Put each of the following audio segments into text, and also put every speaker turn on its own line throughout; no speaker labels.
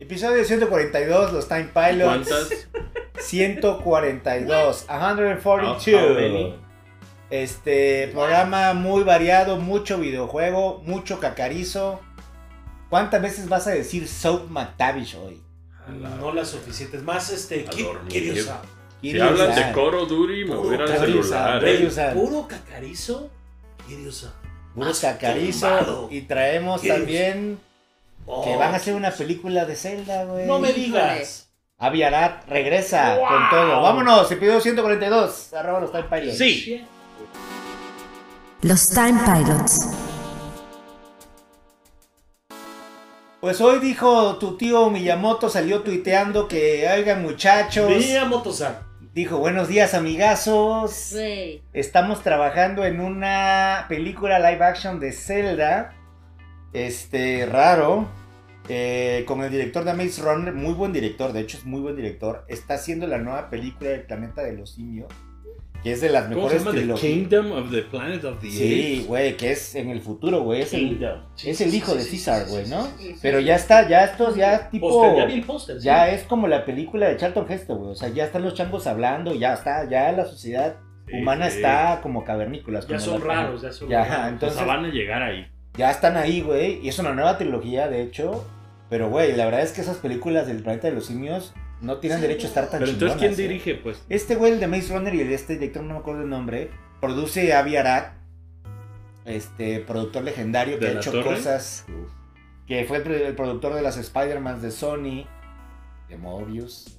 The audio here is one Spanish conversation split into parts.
Episodio 142, los Time Pilots.
¿Cuántas?
142,
How- how many?
142. Este programa muy variado, mucho videojuego, mucho cacarizo. ¿Cuántas veces vas a decir Soap McTavish hoy?
A la-
No las suficientes. Más este.
A
¿qué-
dormir.
qué Dios sabe?
Si hablas de
Usar.
coro duri, me voy a ir al
Puro coro,
celular.
güey,
eh.
Güey,
usan.
Puro cacarizo. ¿Qué Dios sabe?
Puro
Más
cacarizo.
tumbado.
Y traemos
¿Qué?
también
Oh,
que van a hacer una película de Zelda, güey.
No me digas.
Aviarat regresa
¡Wow!
con todo. Vámonos, episodio 142. Arroba los Time Pilots.
Sí.
Los Time Pilots.
Pues hoy dijo tu tío Miyamoto, salió tuiteando que, oigan muchachos.
Venía Motosan.
Dijo, buenos días amigazos.
Güey.
Estamos trabajando en una película live action de Zelda. Este, raro. eh, con el director de Maze Runner, muy buen director, de hecho es muy buen director. Está haciendo la nueva película del planeta de los simios, que es de las
¿Cómo se
mejores
llama? The
trilogías.
Kingdom of the Planet of the
Sí,
Apes.
güey, que es en el futuro, güey. Es el, es el hijo de César, güey, ¿no?
sí, sí.
Pero ya está, ya estos,
Pues
ya tipo.
Póster, ya vi el póster. sí.
Ya es como la película de Charlton Heston, güey. O sea, ya están los changos hablando, ya está, ya la sociedad
Sí,
humana
sí.
está como cavernícolas.
Ya
como
son
la-
raros, ya son
Ya,
raros.
ajá,
O sea,
entonces
van a llegar ahí.
ya están ahí, güey. Y es una nueva trilogía, de hecho. Pero, güey, la verdad es que esas películas del planeta de los simios no tienen
Sí,
derecho a estar tan
Pero entonces,
chingonas,
¿quién
eh.
dirige, pues?
Este güey, el de Maze Runner y el de este director, no me acuerdo el nombre, produce Avi Arad, este productor legendario que
¿De
ha
la
hecho
Torre?
cosas. Que fue el pr- el productor de las Spider-Man de Sony, de Morbius,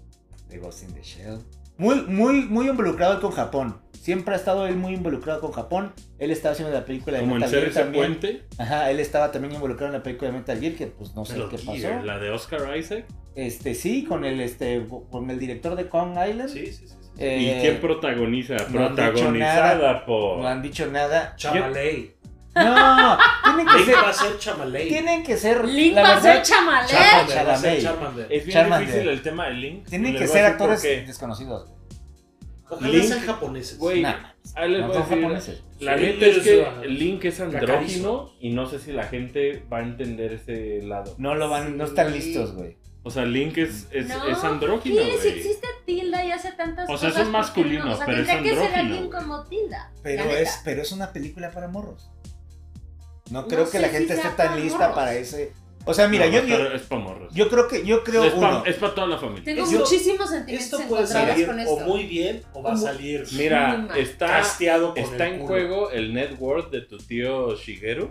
de Ghost in the Shell. Muy, muy, muy involucrado con Japón. Siempre ha estado él muy involucrado con Japón. Él estaba haciendo la película de
Como en
Metal
ser
Gear
ese
también.
puente.
Ajá, él estaba también involucrado en la película de Metal Gear, que pues no sé
Pero
qué
aquí,
pasó.
¿eh? La de Oscar Isaac.
Este, sí, con el, este, con el director de Kong Island.
Sí, sí, sí. sí.
Eh,
¿Y quién protagoniza?
no han dicho
Protagonizada
No
por.
han dicho nada.
Chamaley.
Yo- Ah, No, tienen que
Link
ser.
va a ser Chamaley.
Tienen que ser.
Link
la
va a ser
verdad,
chamalé.
Chapa-
Charmander, va a ser
Chalamet.
Charmander.
Es bien
Charmander.
difícil el tema de Link.
tienen
Les
que
voy a
ser
decir por
actores
qué.
desconocidos.
Ojalá
Link-
sean japoneses.
Güey,
Nah,
ahí Ah, les
no
voy a
son
decir,
japoneses.
La
Sí,
neta es que
es-
Link es andrógino
Cacarizo.
y no sé si la gente va a entender ese lado.
No lo van, no están listos, güey.
O sea, Link es, es,
No,
es andrógino,
¿Qué?
güey.
Si existe Tilda y hace tantas
O
cosas.
sea, es un
¿por qué
masculino,
no? O sea,
pero es
tendría que ser
andrógino,
alguien
güey.
como Tilda.
Pero
la
es,
neta.
pero es una película para morros. No
No
creo que
sé
la
si
gente
sea
esté tan
para
lista
morros.
para ese. O sea, Ah, mira,
No,
yo,
va a
yo,
estar- es para morros.
yo creo que yo creo
es
uno.
para pa toda la familia.
Tengo
Esto-
muchísimos sentimientos
Esto puede
encontrados
salir
con esto.
o muy bien o va a
Como-
salir
Mira,
Mínima.
está,
casteado con
está
el
en
culo.
juego el net worth de tu tío Shigeru.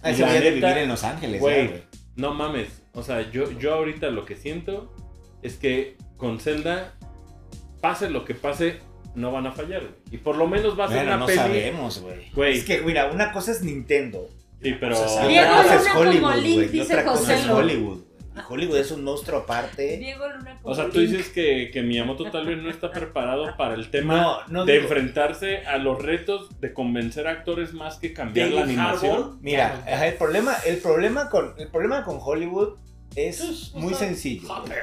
Ah, ese
La
güey ha de
neta,
vivir en Los Ángeles,
güey.
ya, güey.
No mames. O sea, yo, yo ahorita lo que siento es que con Zelda, pase lo que pase, no van a fallar. güey. Y por lo menos va a ser
Bueno,
una
no
peli.
sabemos, güey.
Güey.
Es que, mira, una cosa es Nintendo.
Sí, pero.
O sea,
Otra
Diego
cosa es
Luna como
Hollywood,
Link,
güey. y
dice
Otra cosa
José
es
Lo.
Hollywood. güey. Hollywood es un monstruo aparte.
Diego Luna como
O sea, tú
Link.
dices que, que Miyamoto tal vez no está preparado para el tema
No, no
de
digo-
enfrentarse a los retos de convencer a actores más que cambiar la
David
animación.
Harbour.
Mira, ajá, el problema, el problema con, el problema con Hollywood es muy sencillo.
Hammer.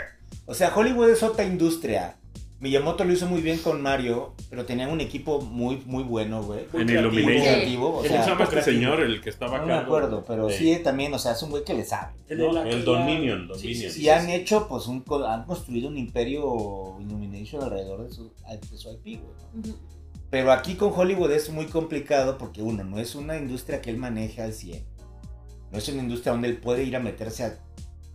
O sea, Hollywood es otra industria. Miyamoto lo hizo muy bien con Mario, pero tenían un equipo muy, muy bueno, güey.
Muy
En
creativo.
Muy
Illumination.
creativo. O
¿Cómo se
sea,
llama este
creativo.
señor, el que estaba
no
acá?
me acuerdo, pero
Sí.
sí, también, o sea, es un güey que le sabe.
de la
El
cara.
Dominion, Dominion.
y han hecho, pues, un, co- han construido un imperio Illumination alrededor de su, de su IP, güey. ¿no?
Ujú.
Pero aquí con Hollywood es muy complicado porque uno, no es una industria que él maneja al 100. No es una industria donde él puede ir a meterse a-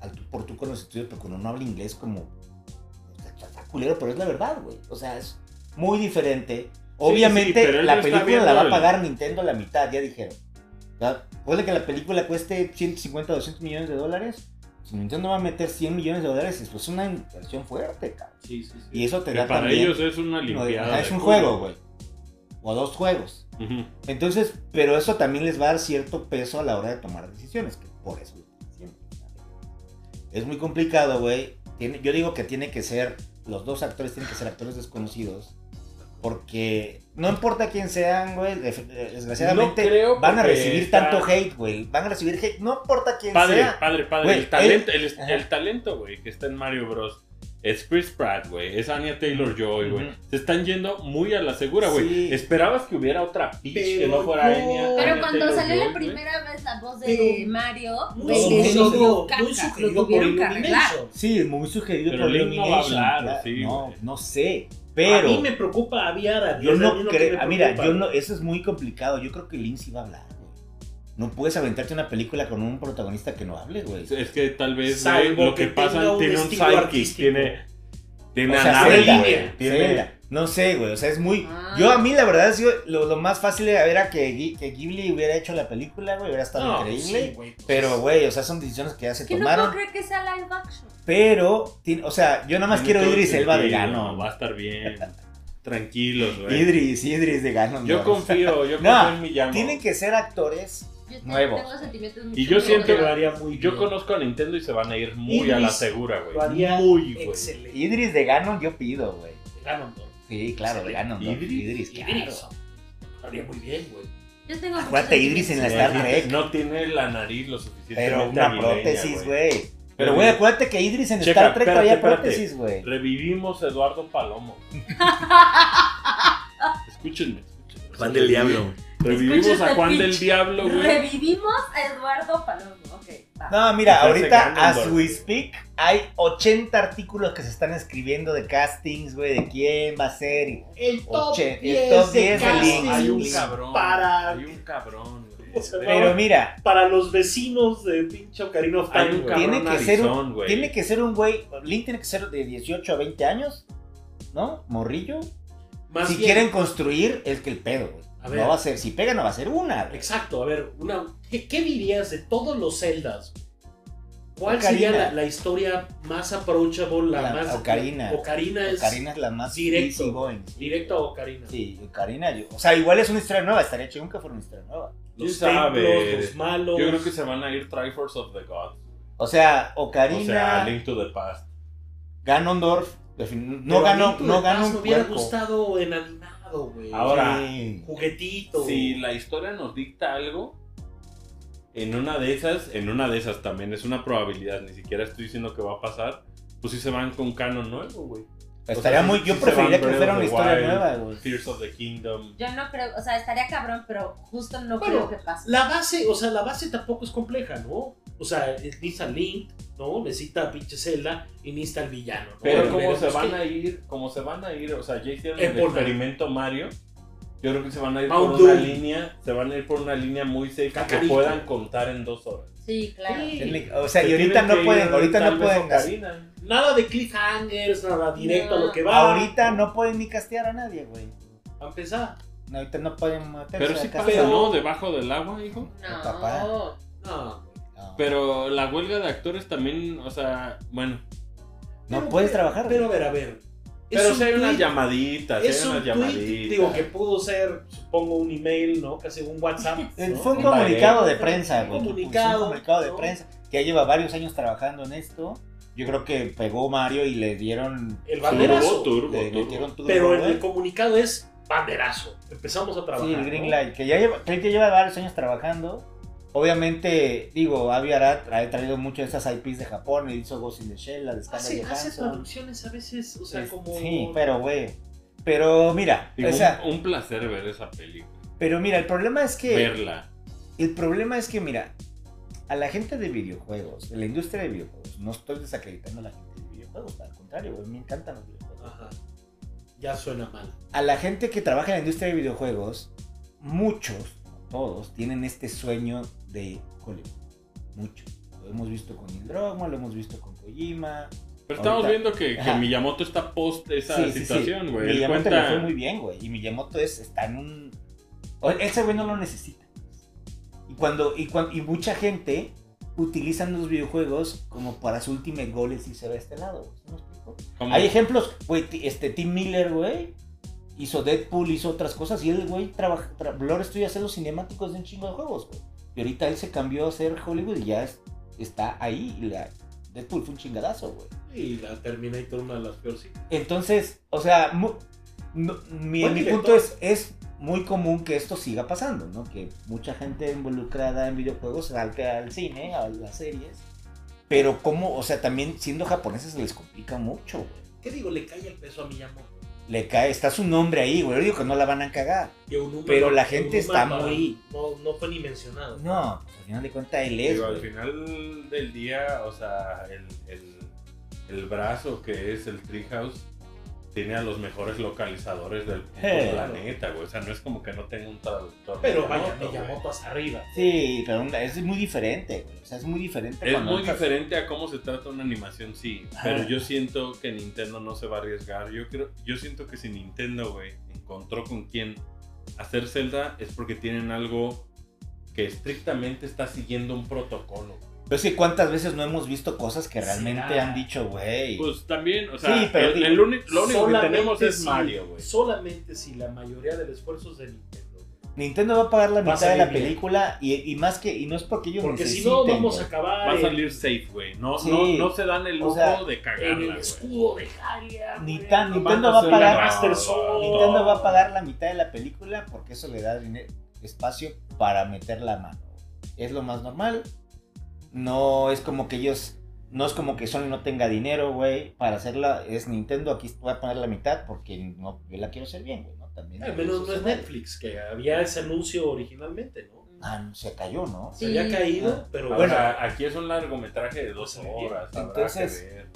al tú por tú con los estudios porque uno no habla inglés como... Está, está culero, pero es la verdad, güey. O sea, es muy diferente. Obviamente
sí, pero él
la
no está
película la va a
viendo el-
pagar Nintendo la mitad, ya dijeron. ¿verdad? Puede que la película cueste 150 200 millones de dólares. Si Nintendo va a meter 100 millones de dólares, eso es una inversión fuerte, cabrón.
Sí, sí, sí.
Y eso te
Que
da
para
también...
ellos es una
No,
limpiada.
ajá,
de
es un
culo.
juego, güey. O dos juegos.
Ujú.
Entonces, pero eso también les va a dar cierto peso a la hora de tomar decisiones, que por eso siempre. es muy complicado, güey. Tiene- Yo digo que tiene que ser, los dos actores tienen que ser actores desconocidos, porque no importa quién sean, güey, def- eh, desgraciadamente
No creo
van a
porque
recibir
está-
tanto hate, güey. Van a recibir hate, no importa quién
Padre,
sea.
padre, padre.
Güey, eh,
el talento, el,
ajá.
el talento, güey, que está en Mario Bros. es Chris Pratt, güey, es Anya Taylor Joy, güey.
Ujú.
Se están yendo muy a la segura, güey.
Sí.
Esperabas que hubiera otra pitch que
Pero
no fuera
no.
Anya.
Pero
Anya
cuando
Taylor-Joy,
salió la
güey.
primera vez la voz de
Pero-
Mario,
Muy
pues, les
sugerido-
dio
muy
caca,
sugerido
lo
por
tuvieron que
Illumination.
arreglar.
Sí, muy sugerido
Pero
por
Link no va a
Illumination,
hablar,
claro.
sí,
No,
güey.
no sé.
A
Pero
mí me preocupa aviar a
yo
Dios.
no creo. ah, mira, yo no, eso es muy complicado. Yo creo que Link sí va a hablar, güey. No puedes aventarte una película con un protagonista que no hable, güey.
Es que tal vez
Salvo
Pues, güey, lo
que
que,
tenga
pasa
un
tiene un
estilo
sidekick,
artístico.
tiene, tiene
O
a
sea,
Nami,
Zelda,
güey,
güey.
tiene-
Zelda. No sé, güey. O sea, es muy.
Ah.
Yo a mí, la verdad, sí, lo, lo más fácil era, era que, Ghi- que Ghibli hubiera hecho la película, güey. Hubiera estado
No,
increíble. Pero, güey, pues, o sea, son decisiones que ya se
Que no puedo
tomaron.
creer que sea live action.
pero, ti- o sea, yo nada más quiero
Tiene todo
Idris Elba de
sentido,
Ganon.
Va a estar bien. Tranquilos, güey.
Idris, Idris de Ganon.
Yo
no.
confío, yo confío
No,
en Miyamo.
Tienen que ser actores.
Yo te-
Nuevo.
tengo sentimientos muy
Y yo
chidos.
siento-
lo haría muy
Yo
bien.
conozco a Nintendo y se van a ir muy
Idris
a la segura, güey.
Lo haría
muy, güey.
excelente.
Idris de Ganon, yo pido, güey.
Ganondorf.
Sí, claro, de Ganon. ¿no?
Idris,
Idris, claro.
Idris. Lo haría muy bien, güey.
Yo tengo muchos
Acuérdate, Idris en la
Sí,
sentimientos.
Star Trek.
No tiene la nariz lo suficiente.
Pero una prótesis, güey. Pero,
Pero,
güey,
güey,
acuérdate que Idris en
checa,
Star Trek
espérate,
traía
espérate.
prótesis, güey.
Revivimos a Eduardo Palomo. escúchenme, escúchenme.
Juan del Diablo.
Revivimos
Escucha
a Juan
este
del
pitch.
Diablo, güey.
Revivimos a Eduardo Palomo. Ok, va.
No, mira,
Parece
ahorita,
Ganondorf.
as we speak, hay 80 artículos que se están escribiendo de castings, güey, de quién va a ser. y-
El top
Oche-
10
el top 10 de
de
Link.
Hay un
Link.
castings
cabrón.
para-
Hay un cabrón, güey.
O sea,
Pero mira,
para los vecinos de pinche Ocarina of
Hay
Time,
un
güey.
cabrón
Tiene que ser un-
narizón, güey.
tiene que ser un güey, Link tiene que ser de 18 a 20 años, ¿no? Morrillo.
Más
si
bien-
quieren construir, es que el pedo, güey.
A ver.
No va a ser, si pega no va a ser una, güey.
Exacto, a ver, una, ¿qué, qué dirías de todos los Zeldas? ¿Cuál
Ocarina.
sería la, la historia más approachable, la,
La-
más...
Ocarina.
Ocarina es
Karina es la más
directo.
easy going. sí.
directo a Ocarina.
Sí, Karina, yo. O sea, igual es una historia nueva, estaría chido que fuera una historia nueva.
¿Quién
Los
sabe?
templos, los malos...
Yo creo que se van a ir Triforce of the Gods.
O sea, Ocarina,
O sea, Link to the Past.
Ganondorf, defin- no
Pero a
ganó,
Link to the
no
Past
ganó
me
un
hubiera
cuerpo.
gustado en animado, güey.
Ahora-
Sí.
Juguetito.
Si la historia nos dicta algo, en una de esas, en una de esas también, es una probabilidad, ni siquiera estoy diciendo que va a pasar, pues sí se van con canon nuevo, güey.
Estaría
O sea,
muy,
sí-
yo
sí se
preferiría
van
que
Breath
fuera
of
una
the
historia
Wild,
nueva, güey.
Tears of the Kingdom.
Yo no creo, o sea, estaría cabrón, pero justo no
Bueno,
creo que pase.
La base, o sea, la base tampoco es compleja, ¿no? O sea, necesita Link, ¿no? Necesita pinche Zelda y necesita el villano, ¿no? pues
Pero como
veremos
se van
qué-
a ir, como se van a ir, o sea, ya hicieron
En
el
orden.
experimento Mario. Yo creo que se van a ir
Mount
por una
Doom.
línea, se van a ir por una línea muy seca que
Cacarito.
puedan contar en dos horas.
Sí, claro.
Sí.
Tiene- O sea,
Se
y ahorita
tienen
no
que
pueden,
ir
ahorita
tal
no
vez
pueden, gas-
Ocarina.
Nada de cliffhangers, nada directo a lo que va.
ahorita no pueden ni castear a nadie, güey.
Va a empezar.
No, Ahorita no pueden meterse
Pero
a
sí
casa,
pasa,
¿no?
¿no? Debajo del agua, hijo.
No.
Papá.
No.
No,
Pero la huelga de actores también, o sea, bueno.
no
Pero,
puedes trabajar.
Pero a
güey.
ver, a ver.
Pero si hay
una
unas llamaditas, si
Es
hay
un
unas
tweet,
llamaditas.
digo, que pudo ser, supongo, un email, ¿no? Casi un WhatsApp.
Eh,
¿no?
Fue un
Vale.
comunicado de
Un pues,
prensa, güey.
comunicado,
Fue un comunicado de
¿no?
prensa que ya lleva varios años trabajando en esto. Yo creo que pegó Mario y le dieron.
El
su-
banderazo.
Turbo, turbo,
le
turbo.
metieron turbo,
Pero el,
güey.
el comunicado es banderazo. Empezamos a trabajar.
Sí, el Green
¿no?
Light, que ya lleva, creo que lleva varios años trabajando. Obviamente, digo, Avi Arad ha traído muchas de esas IPs de Japón, hizo Ghost in the Shell, la de Scarlett
Hace, hace
Johansson.
traducciones a veces, o sea,
Es-
como.
Sí, pero güey. Pero mira,
Digo,
o sea,
un, un placer ver esa película,
pero mira, el problema es que
verla.
el problema es que mira, a la gente de videojuegos, de la industria de videojuegos, no estoy desacreditando a la gente de videojuegos, al contrario, güey, me encantan los videojuegos.
Ajá. Ya suena mal.
a la gente que trabaja en la industria de videojuegos, muchos, no todos, tienen este sueño de Hollywood. Muchos. Lo hemos visto con Neil Druckmann, lo hemos visto con Kojima.
Pero estamos
Ahorita-
viendo que, que
Ajá.
Miyamoto está post esa situación, güey. Él
Miyamoto le
cuenta-
fue muy bien, güey. Y Miyamoto es, está en un... o- Ese güey no lo necesita. Y, cuando, y, cuan- y mucha gente utilizan los videojuegos como para su ultimate goal y se va a este lado. ¿sí me explico?
como-
Hay ejemplos, güey, ti- este Tim Miller, güey, hizo Deadpool, hizo otras cosas y él, güey, trabaja, tra- Blur estudia hacer los cinemáticos de un chingo de juegos, güey. Y ahorita él se cambió a hacer Hollywood y ya es- está ahí. y la- Deadpool fue un chingadazo, güey.
Y la Terminator, una de las peorcitas.
Entonces, o sea, mu- no- mi,
Buen
mi
director.
punto es, es muy común que esto siga pasando, ¿no? Que mucha gente involucrada en videojuegos salte al cine, a las series, Pero como, o sea, también siendo japoneses les complica mucho, güey.
¿Qué digo? Le cae el peso a Miyamoto.
Le cae, está su nombre ahí, güey. Yo digo que no la van a cagar.
Y a Onuma-
Pero la
a
gente
Onuma
está
no-
muy-
No, no fue ni mencionado.
No, pues, al final de cuentas él es.
Digo, al
güey.
final del día, o sea, el, el- el brazo que es el Treehouse tiene a los mejores localizadores del puto
Hey.
planeta, güey. O sea, no es como que no tenga un traductor.
Pero
remoto,
vaya,
güey.
Miyamoto hasta arriba.
Sí, pero una- es muy diferente, güey. O sea, es muy diferente.
Es
cuando
muy
entras-
diferente a cómo se trata una animación, sí.
Ajá.
Pero yo siento que Nintendo no se va a arriesgar. Yo creo, yo siento que si Nintendo, güey, encontró con quién hacer Zelda es porque tienen algo que estrictamente está siguiendo un protocolo.
Pero es que cuántas veces no hemos visto cosas que realmente
Sí, ah.
han dicho, güey.
Pues también, o sea,
Sí, pero
el,
digo,
el único- lo único que
Solamente
tenemos es
si-
Mario, güey.
Solamente si la mayoría del esfuerzo es de Nintendo.
Nintendo va a pagar la
Va a
mitad de la
salir bien.
película y, y más que, y no es porque ellos
Porque si
necesiten,
no, vamos a
güey.
acabar
Va a
en-
salir safe, güey. No,
Sí.
no, no se dan el
O
lujo
sea,
de
en el
cagarla, güey.
escudo de Jaria.
Ni
güey.
tan-
No
Nintendo
van
va a
hacer la
pagar-
Master
No,
Sword.
Nintendo va a pagar la mitad de la película porque eso le da dinero- espacio para meter la mano. Es lo más normal. No es como que ellos. No es como que Sony no tenga dinero, güey, para hacerla. Es Nintendo, aquí voy a poner la mitad porque no, yo la quiero hacer bien, güey, ¿no? También.
Al menos no
eso
es
se vale.
Netflix, que había ese anuncio originalmente, ¿no?
Ah, no, se cayó, ¿no?
Se
Sí.
había caído,
Ah,
pero
Ahora,
bueno. pues,
aquí es un largometraje de dos horas. habrá que
Entonces,
ver.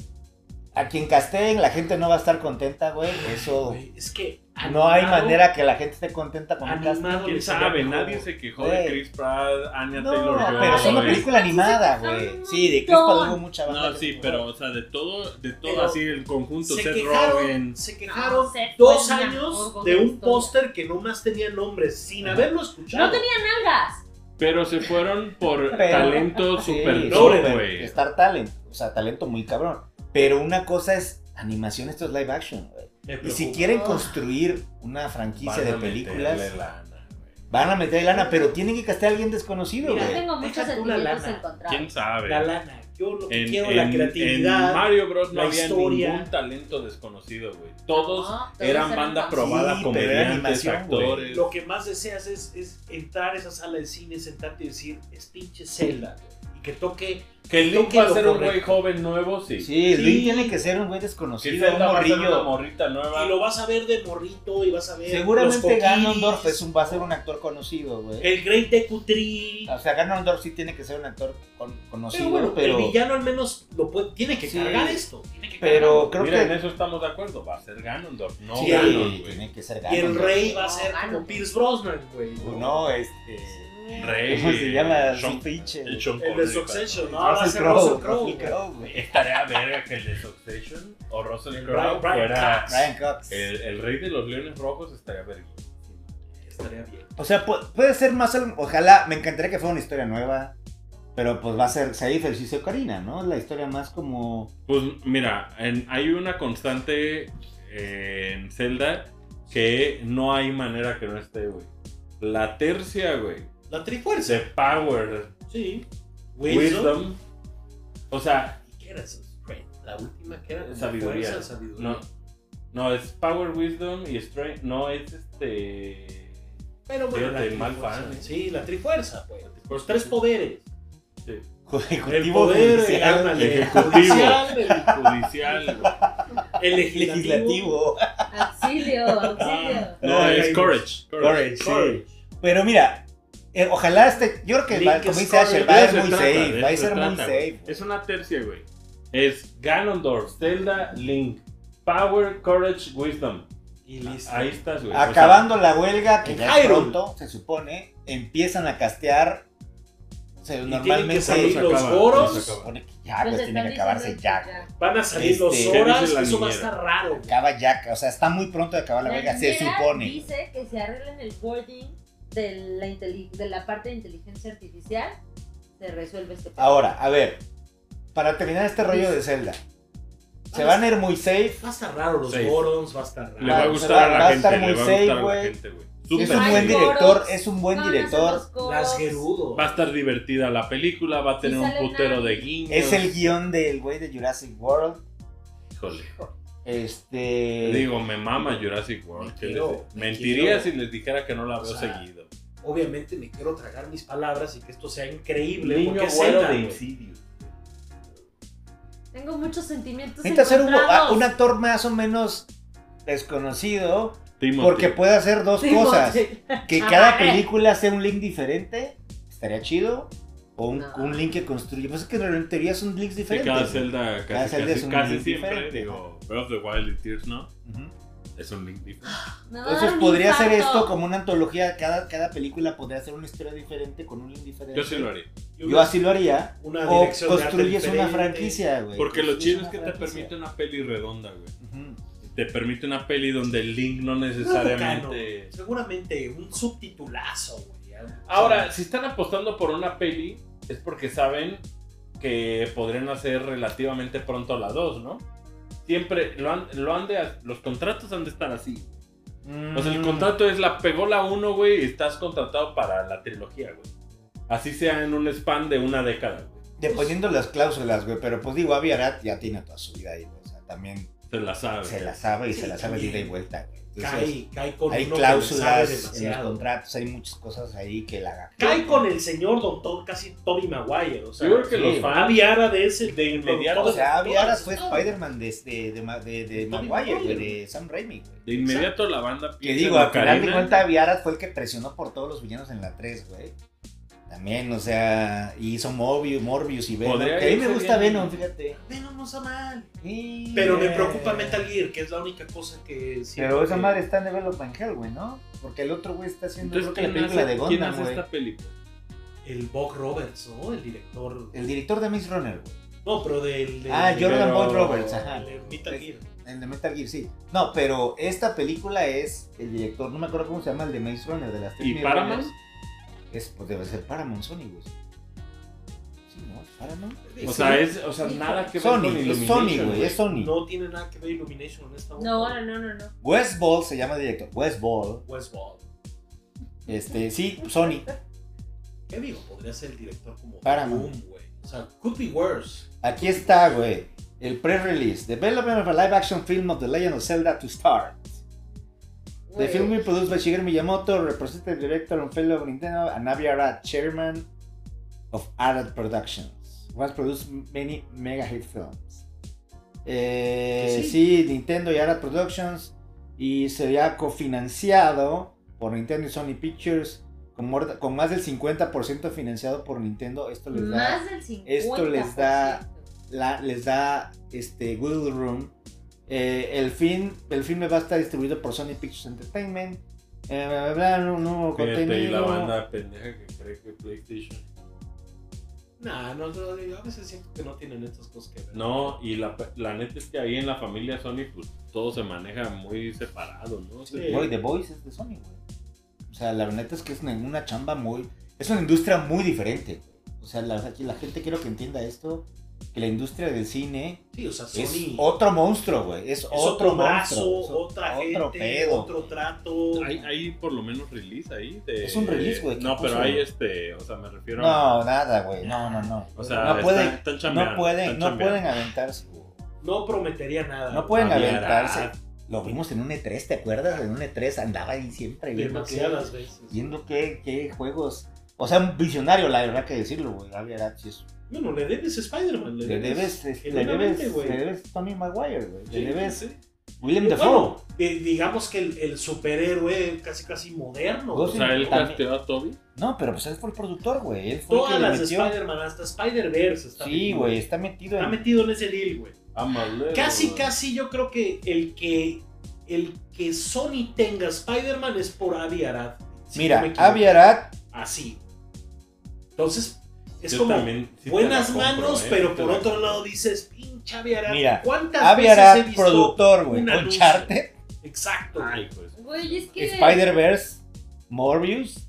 A quien casteen, la gente no va a estar contenta, güey. Eso.
Güey, es que
No hay
animado-
manera que la gente esté contenta con un casting.
Animado
¿Quién
les haría
sabe?
mejor.
Nadie se quejó
Güey.
de Chris Pratt, Anya
No,
Taylor-Joy.
pero pues, es una
güey.
película animada, güey. Sí, de Chris Pratt hubo mucha banda.
No,
que
sí,
se quejó.
pero, o sea, de todo, de todo
Pero
así el conjunto,
se
Seth
quejaron,
Rogen.
se
No,
quejaron
Ah, se fue
dos
la
años
mejor
de un
historia.
póster que nomás tenía nombres sin
Ajá.
haberlo escuchado.
No tenía nalgas.
Pero se fueron por
Pero-
talento
Sí,
super
super,
doble, güey.
Star Talent. O sea, talento muy cabrón. Pero una cosa es animación, esto es live action, güey.
Me
Y
preocupa.
si quieren construir una franquicia
ah. Van
de
a
películas,
meterle lana, güey.
van a meter lana, pero tienen que castear a alguien desconocido,
Yo
Mira,
güey.
tengo
deja
muchos
tú la
sentimientos
lana.
encontrados.
¿Quién sabe?
Ah, La lana. Yo lo que
En,
quiero,
en-
la
en
creatividad.
Mario Bros. no
la
había
historia. Ah,
ningún talento desconocido, güey. Todos
No, todos
eran banda
famosos.
probada,
Sí, pero era
comediantes,
animación, güey.
actores.
Lo que más deseas es, es entrar a esa sala de cine, sentarte y decir, es pinche Zelda. Y que toque.
Que
Creo
Link
que
va a
lo
ser un güey
correcto.
joven nuevo, sí.
Sí,
Sí.
Luis tiene que ser un güey
Que
desconocido, un
Zelda va a ser una
morrillo.
morrita nueva.
Y lo vas a ver de morrito y vas a ver. los
Seguramente
coquiris,
Ganondorf es un- va a ser un actor conocido, güey.
El Great Deku Tree.
O sea, Ganondorf sí tiene que ser un actor con-
pero
conocido,
bueno,
pero,
el villano al menos lo puede, tiene que
Sí.
cargar esto. tiene que
pero creo
Mira, en
que...
eso estamos de acuerdo. Va a ser Ganondorf, no
sí,
Ganon, güey.
tiene que ser
cargar. Y el
Ganondorf.
rey va a ser
No, ah,
como
no.
Pierce Brosnan, güey.
Pues
No, este...
Rey.
¿Cómo se llama?
Sean-
Su pinche...
el Sean
El
Connery,
de Succession,
padre.
¿no? Va a
Russell
ser
Crowe,
Russell Crowe,
Russell
güey.
Crowe,
Eh,
güey.
Estaría verga que el de Succession o Russell
El
Crowe
Brian- Brian
fuera
Cox.
Brian Cox.
el, el rey de los leones rojos. Estaría verga.
Estaría bien.
O sea, pu- puede ser más. al- Ojalá, me encantaría que fuera una historia nueva. Pero pues va a ser Saif el Siseo Karina, ¿no? La historia más como.
Pues mira, en- hay una constante eh, en Zelda que no hay manera que no esté, güey. La tercia, güey.
La Trifuerza.
De Power,
Sí. Wilson.
Wisdom. O sea,
¿Y qué era eso? Strength. La última que era como
Sabiduría.
fuerza, sabiduría.
No. No, es Power Wisdom y Strength. No, es este.
Pero bueno,
Fíjate,
la
mal
trifuerza.
fan, ¿eh?
Sí, la trifuerza, pues. Los tres poderes. El
Ejecutivo
poder, el,
judicial, eh,
ándale, el
ejecutivo.
judicial, el-
Judicial. güey.
el
el
legislativo.
legislativo.
Auxilio,
Ah.
auxilio.
No,
Ay,
es
güey.
Courage.
Courage, sí. Pero mira, eh, ojalá este. Yo creo que, va,
Link
como
is
dice Asher,
Courage.
va a
De
ser
eso
muy
se trata,
safe.
de
Va a
eso
ser
se
muy
trata, güey.
safe.
Es una tercia, güey. Es Ganondorf, Zelda, Link, Power, Courage, Wisdom.
Y listo.
Ahí estás, güey. O sea,
Acabando la huelga, que ya es
Hyrule.
pronto, se supone, empiezan a castear. o sea,
Y
normalmente.
tienen que salir
Se
los
acaba,
goros,
los acaba.
supone que
Ah,
ya, pues
Los
tiene que
están
acabarse
diciendo
ya,
que
güey.
ya.
Van a salir
Este,
los
¿qué
horas,
dice la
eso va a
niñera?
estar raro. güey.
acaba ya, o sea, está muy pronto de acabar la
La
huelga, se
niñera
supone.
Dice que se arreglen el boarding de la, inteli- de la parte de inteligencia artificial, se resuelve este problema.
Ahora, a ver, para terminar este rollo de Zelda, se van a ir muy safe,
Va a estar raro los
Sí.
gorons, va a
Le
estar raro.
va a
Claro,
gustar
se Ah, va-
a
va
la
a
gente.
estar
Le
muy
va a
safe,
gustar a la
güey.
gente, güey.
es
Súper
un
Ay,
buen
safe.
goros.
director, es un buen
Van a hacer
director,
los coros.
Las Gerudo.
Va a estar divertida la película. Va a tener
Y
un
sale
putero
Nami.
de guiños.
es el guión del güey de Jurassic World,
Híjole.
este...
Digo, me mama Jurassic World.
Me
¿qué
quiero,
les-
me
Mentiría
quiero.
si les dijera que no la
O
veo
sea,
seguido.
Obviamente me quiero tragar mis palabras y que esto sea increíble.
Niño
porque es
güero
Zelda,
de
güey.
Insidious.
Tengo muchos sentimientos
Necesita ser un, ah,
encontrados.
un actor más o menos desconocido
Timothy.
porque puede hacer dos
Sí,
cosas.
porque-
Que cada
Ajá.
película sea un link diferente, estaría chido. O un,
No.
un link que construye. Pues es que en teoría son links
Sí, cada
diferentes.
celda
pues, Cada
casi,
celda
casi,
es un
casi
link
siempre,
diferente,
digo, Breath of the Wild y Tears, ¿no?
Ujú.
Es un link diferente.
Me va a dar
Entonces
un
podría ser
infarto.
esto como una antología. Cada, cada película podría ser una historia diferente con un link diferente.
Yo sí lo haría.
Y
Yo
una-
así lo haría.
una
O
dirección de arte
construyes una
diferente.
franquicia, güey.
Porque lo
Construyes
chido es
una
que te
franquicia.
permite una peli redonda, güey.
Ujú.
Te permite una peli donde el link no necesariamente...
Mexicano, seguramente un subtitulazo, güey. algo.
Ahora, si están apostando por una peli, es porque saben que podrían hacer relativamente pronto la 2, ¿no? Siempre lo han, lo han de, ha- los contratos han de estar así. O sea, el
Mm.
contrato es la pegó la 1, güey, y estás contratado para la trilogía, güey. Así sea en un span de una década, güey.
Dependiendo las cláusulas, güey. Pero pues digo, Avi Arad ya tiene toda su vida ahí, güey. O sea, también
Se la sabe.
se la sabe y
Sí,
se la sabe de
también.
ida y vuelta, güey. Entonces,
cae, cae con
hay
uno que le sabe
cláusulas en los
demasiado.
contratos, hay muchas cosas ahí que la
Cae con el señor doctor casi Toby Maguire. O sea,
Yo creo que
sí,
los fans
Fabi Ara de ese.
de inmediato,
O sea, Avi Arad fue
Todo.
Spider-Man de, de, de, Ma- de, de
Tobey
Maguire, güey,
Maguire.
de Sam Raimi, güey.
de inmediato la banda
Que
piensa
digo,
en
al final de
Ocarina.
cuentas, Viaras fue el que presionó por todos los villanos en la 3, güey. También, o sea, y hizo Morbius, Morbius y Venom.
Podría
Que a mí me
irse
gusta
bien.
Venom, fíjate.
Venom no está mal.
Y-
Pero me preocupa Metal Gear, que es la única cosa que. siento
Pero esa
que-
madre está en Development Hell, güey, ¿no? Porque el otro güey está haciendo creo
Entonces,
que la
¿quién
película
hace,
de
quién
Gondam,
hace
güey.
esta peli?
El Bob Roberts, ¿no? El director.
El director de Miss Runner, güey.
No, pero del. del-
Ah, Jordan
pero-
Boyd Roberts, ajá.
del Metal Gear.
El de Metal Gear, sí. No, pero esta película es el director, no me acuerdo cómo se llama, el de Maze Runner, de las tres
¿Y
Maze
Paramount?
Runners. Es, pues debe ser Paramount Sony, güey. Sí, ¿no? Paramount.
O sea, es, o sea, nada que ver
Sony,
con
es
Illumination,
Sony, güey, es Sony.
No tiene nada que ver Illumination en esta
No,
onda.
no, no, no, no.
West Ball se llama el director, West Ball.
Westworld.
Este, sí, Sony.
¿Qué digo? Podría ser el director como
Paramount.
Doom, güey. O sea, could be worse.
Aquí está, güey. El pre-release. Development of a live action film of The Legend of Zelda to start. The
Güey.
film will be produced by Shigeru Miyamoto, representative director and fellow of Nintendo, and Navi Arad, chairman of Arad Productions. Who has produced many mega hit films. Eh,
Que sí.
sí, Nintendo y Arad Productions. Y sería cofinanciado por Nintendo y Sony Pictures. Con, muerta- con más del 50% financiado por Nintendo. Esto les da.
Más del 50%.
esto les da- la- les da este Google Room. Eh, el, film, el filme va a estar distribuido por Sony Pictures Entertainment. Eh, bla, bla, bla, un nuevo
Fíjate, y la
contenido.
banda pendeja que cree que PlayStation.
Nah, no, no, yo a veces siento que no tienen estas cosas que ver.
No, y la, la neta es que ahí en la familia Sony, pues todo se maneja muy separado, ¿no?
Sí.
Güey, The Voice es de Sony, güey. O sea, la neta es que es una, una chamba muy. Es una industria muy diferente. O sea, la, aquí la gente quiero que entienda esto: que la industria del cine
Sí, o sea, Sony.
es
Es
otro monstruo, güey. Es,
otro,
otro
brazo,
monstruo, es o-
otra
otro
gente,
pedo.
otro trato.
Hay, hay por lo menos release ahí. de-
Es un release, güey, que
No, pero
puso.
hay este, o sea, me refiero a.
No, nada, güey. No, no, no.
O sea,
no, pueden-
están- están chambeando,
no pueden,
están
no
chambeando.
pueden aventarse, güey.
No prometería nada.
No pueden
Había
aventarse.
edad.
Lo vimos en un E3, ¿te acuerdas? En un E3 andaba ahí siempre viendo qué,
Demasiadas veces.
viendo qué, qué juegos. O sea, un visionario, la verdad que decirlo, güey. Gabriel Archis.
Bueno, le debes a Spider-Man.
Le debes, este, le
genuinamente,
debes,
güey.
le debes Tommy Maguire, güey. Le
Sí,
debes
sí.
William
Bueno,
Dafoe.
eh, digamos que el, el superhéroe casi casi moderno.
O
Ghost
sea, él
También-
casteó a Toby.
No, pero pues él fue el productor, güey. Él fue
Todas
el que
las
le
de
metió.
Spider-Man, hasta Spider-Verse. está
Sí,
metido.
güey, está metido
Está
en.
metido en ese deal, güey.
Amable.
Casi,
güey.
casi yo creo que el que el que Sony tenga Spider-Man es por Avi Arad. si no me
Mira,
equivoco.
Avi Arad,
Así. Entonces, es
Yo
como
también sí te la
buenas
compro,
manos,
eh,
pero
sí te
por
la
otro
compro.
lado dices, pinche Avi Arad.
Mira,
¿Cuántas
Avi
veces he
Arad,
visto?
productor, güey.
un
Con
anuncio?
Charter,
Exacto.
Ay,
güey.
pues.
Güey, es que.
Spider-Verse, Morbius,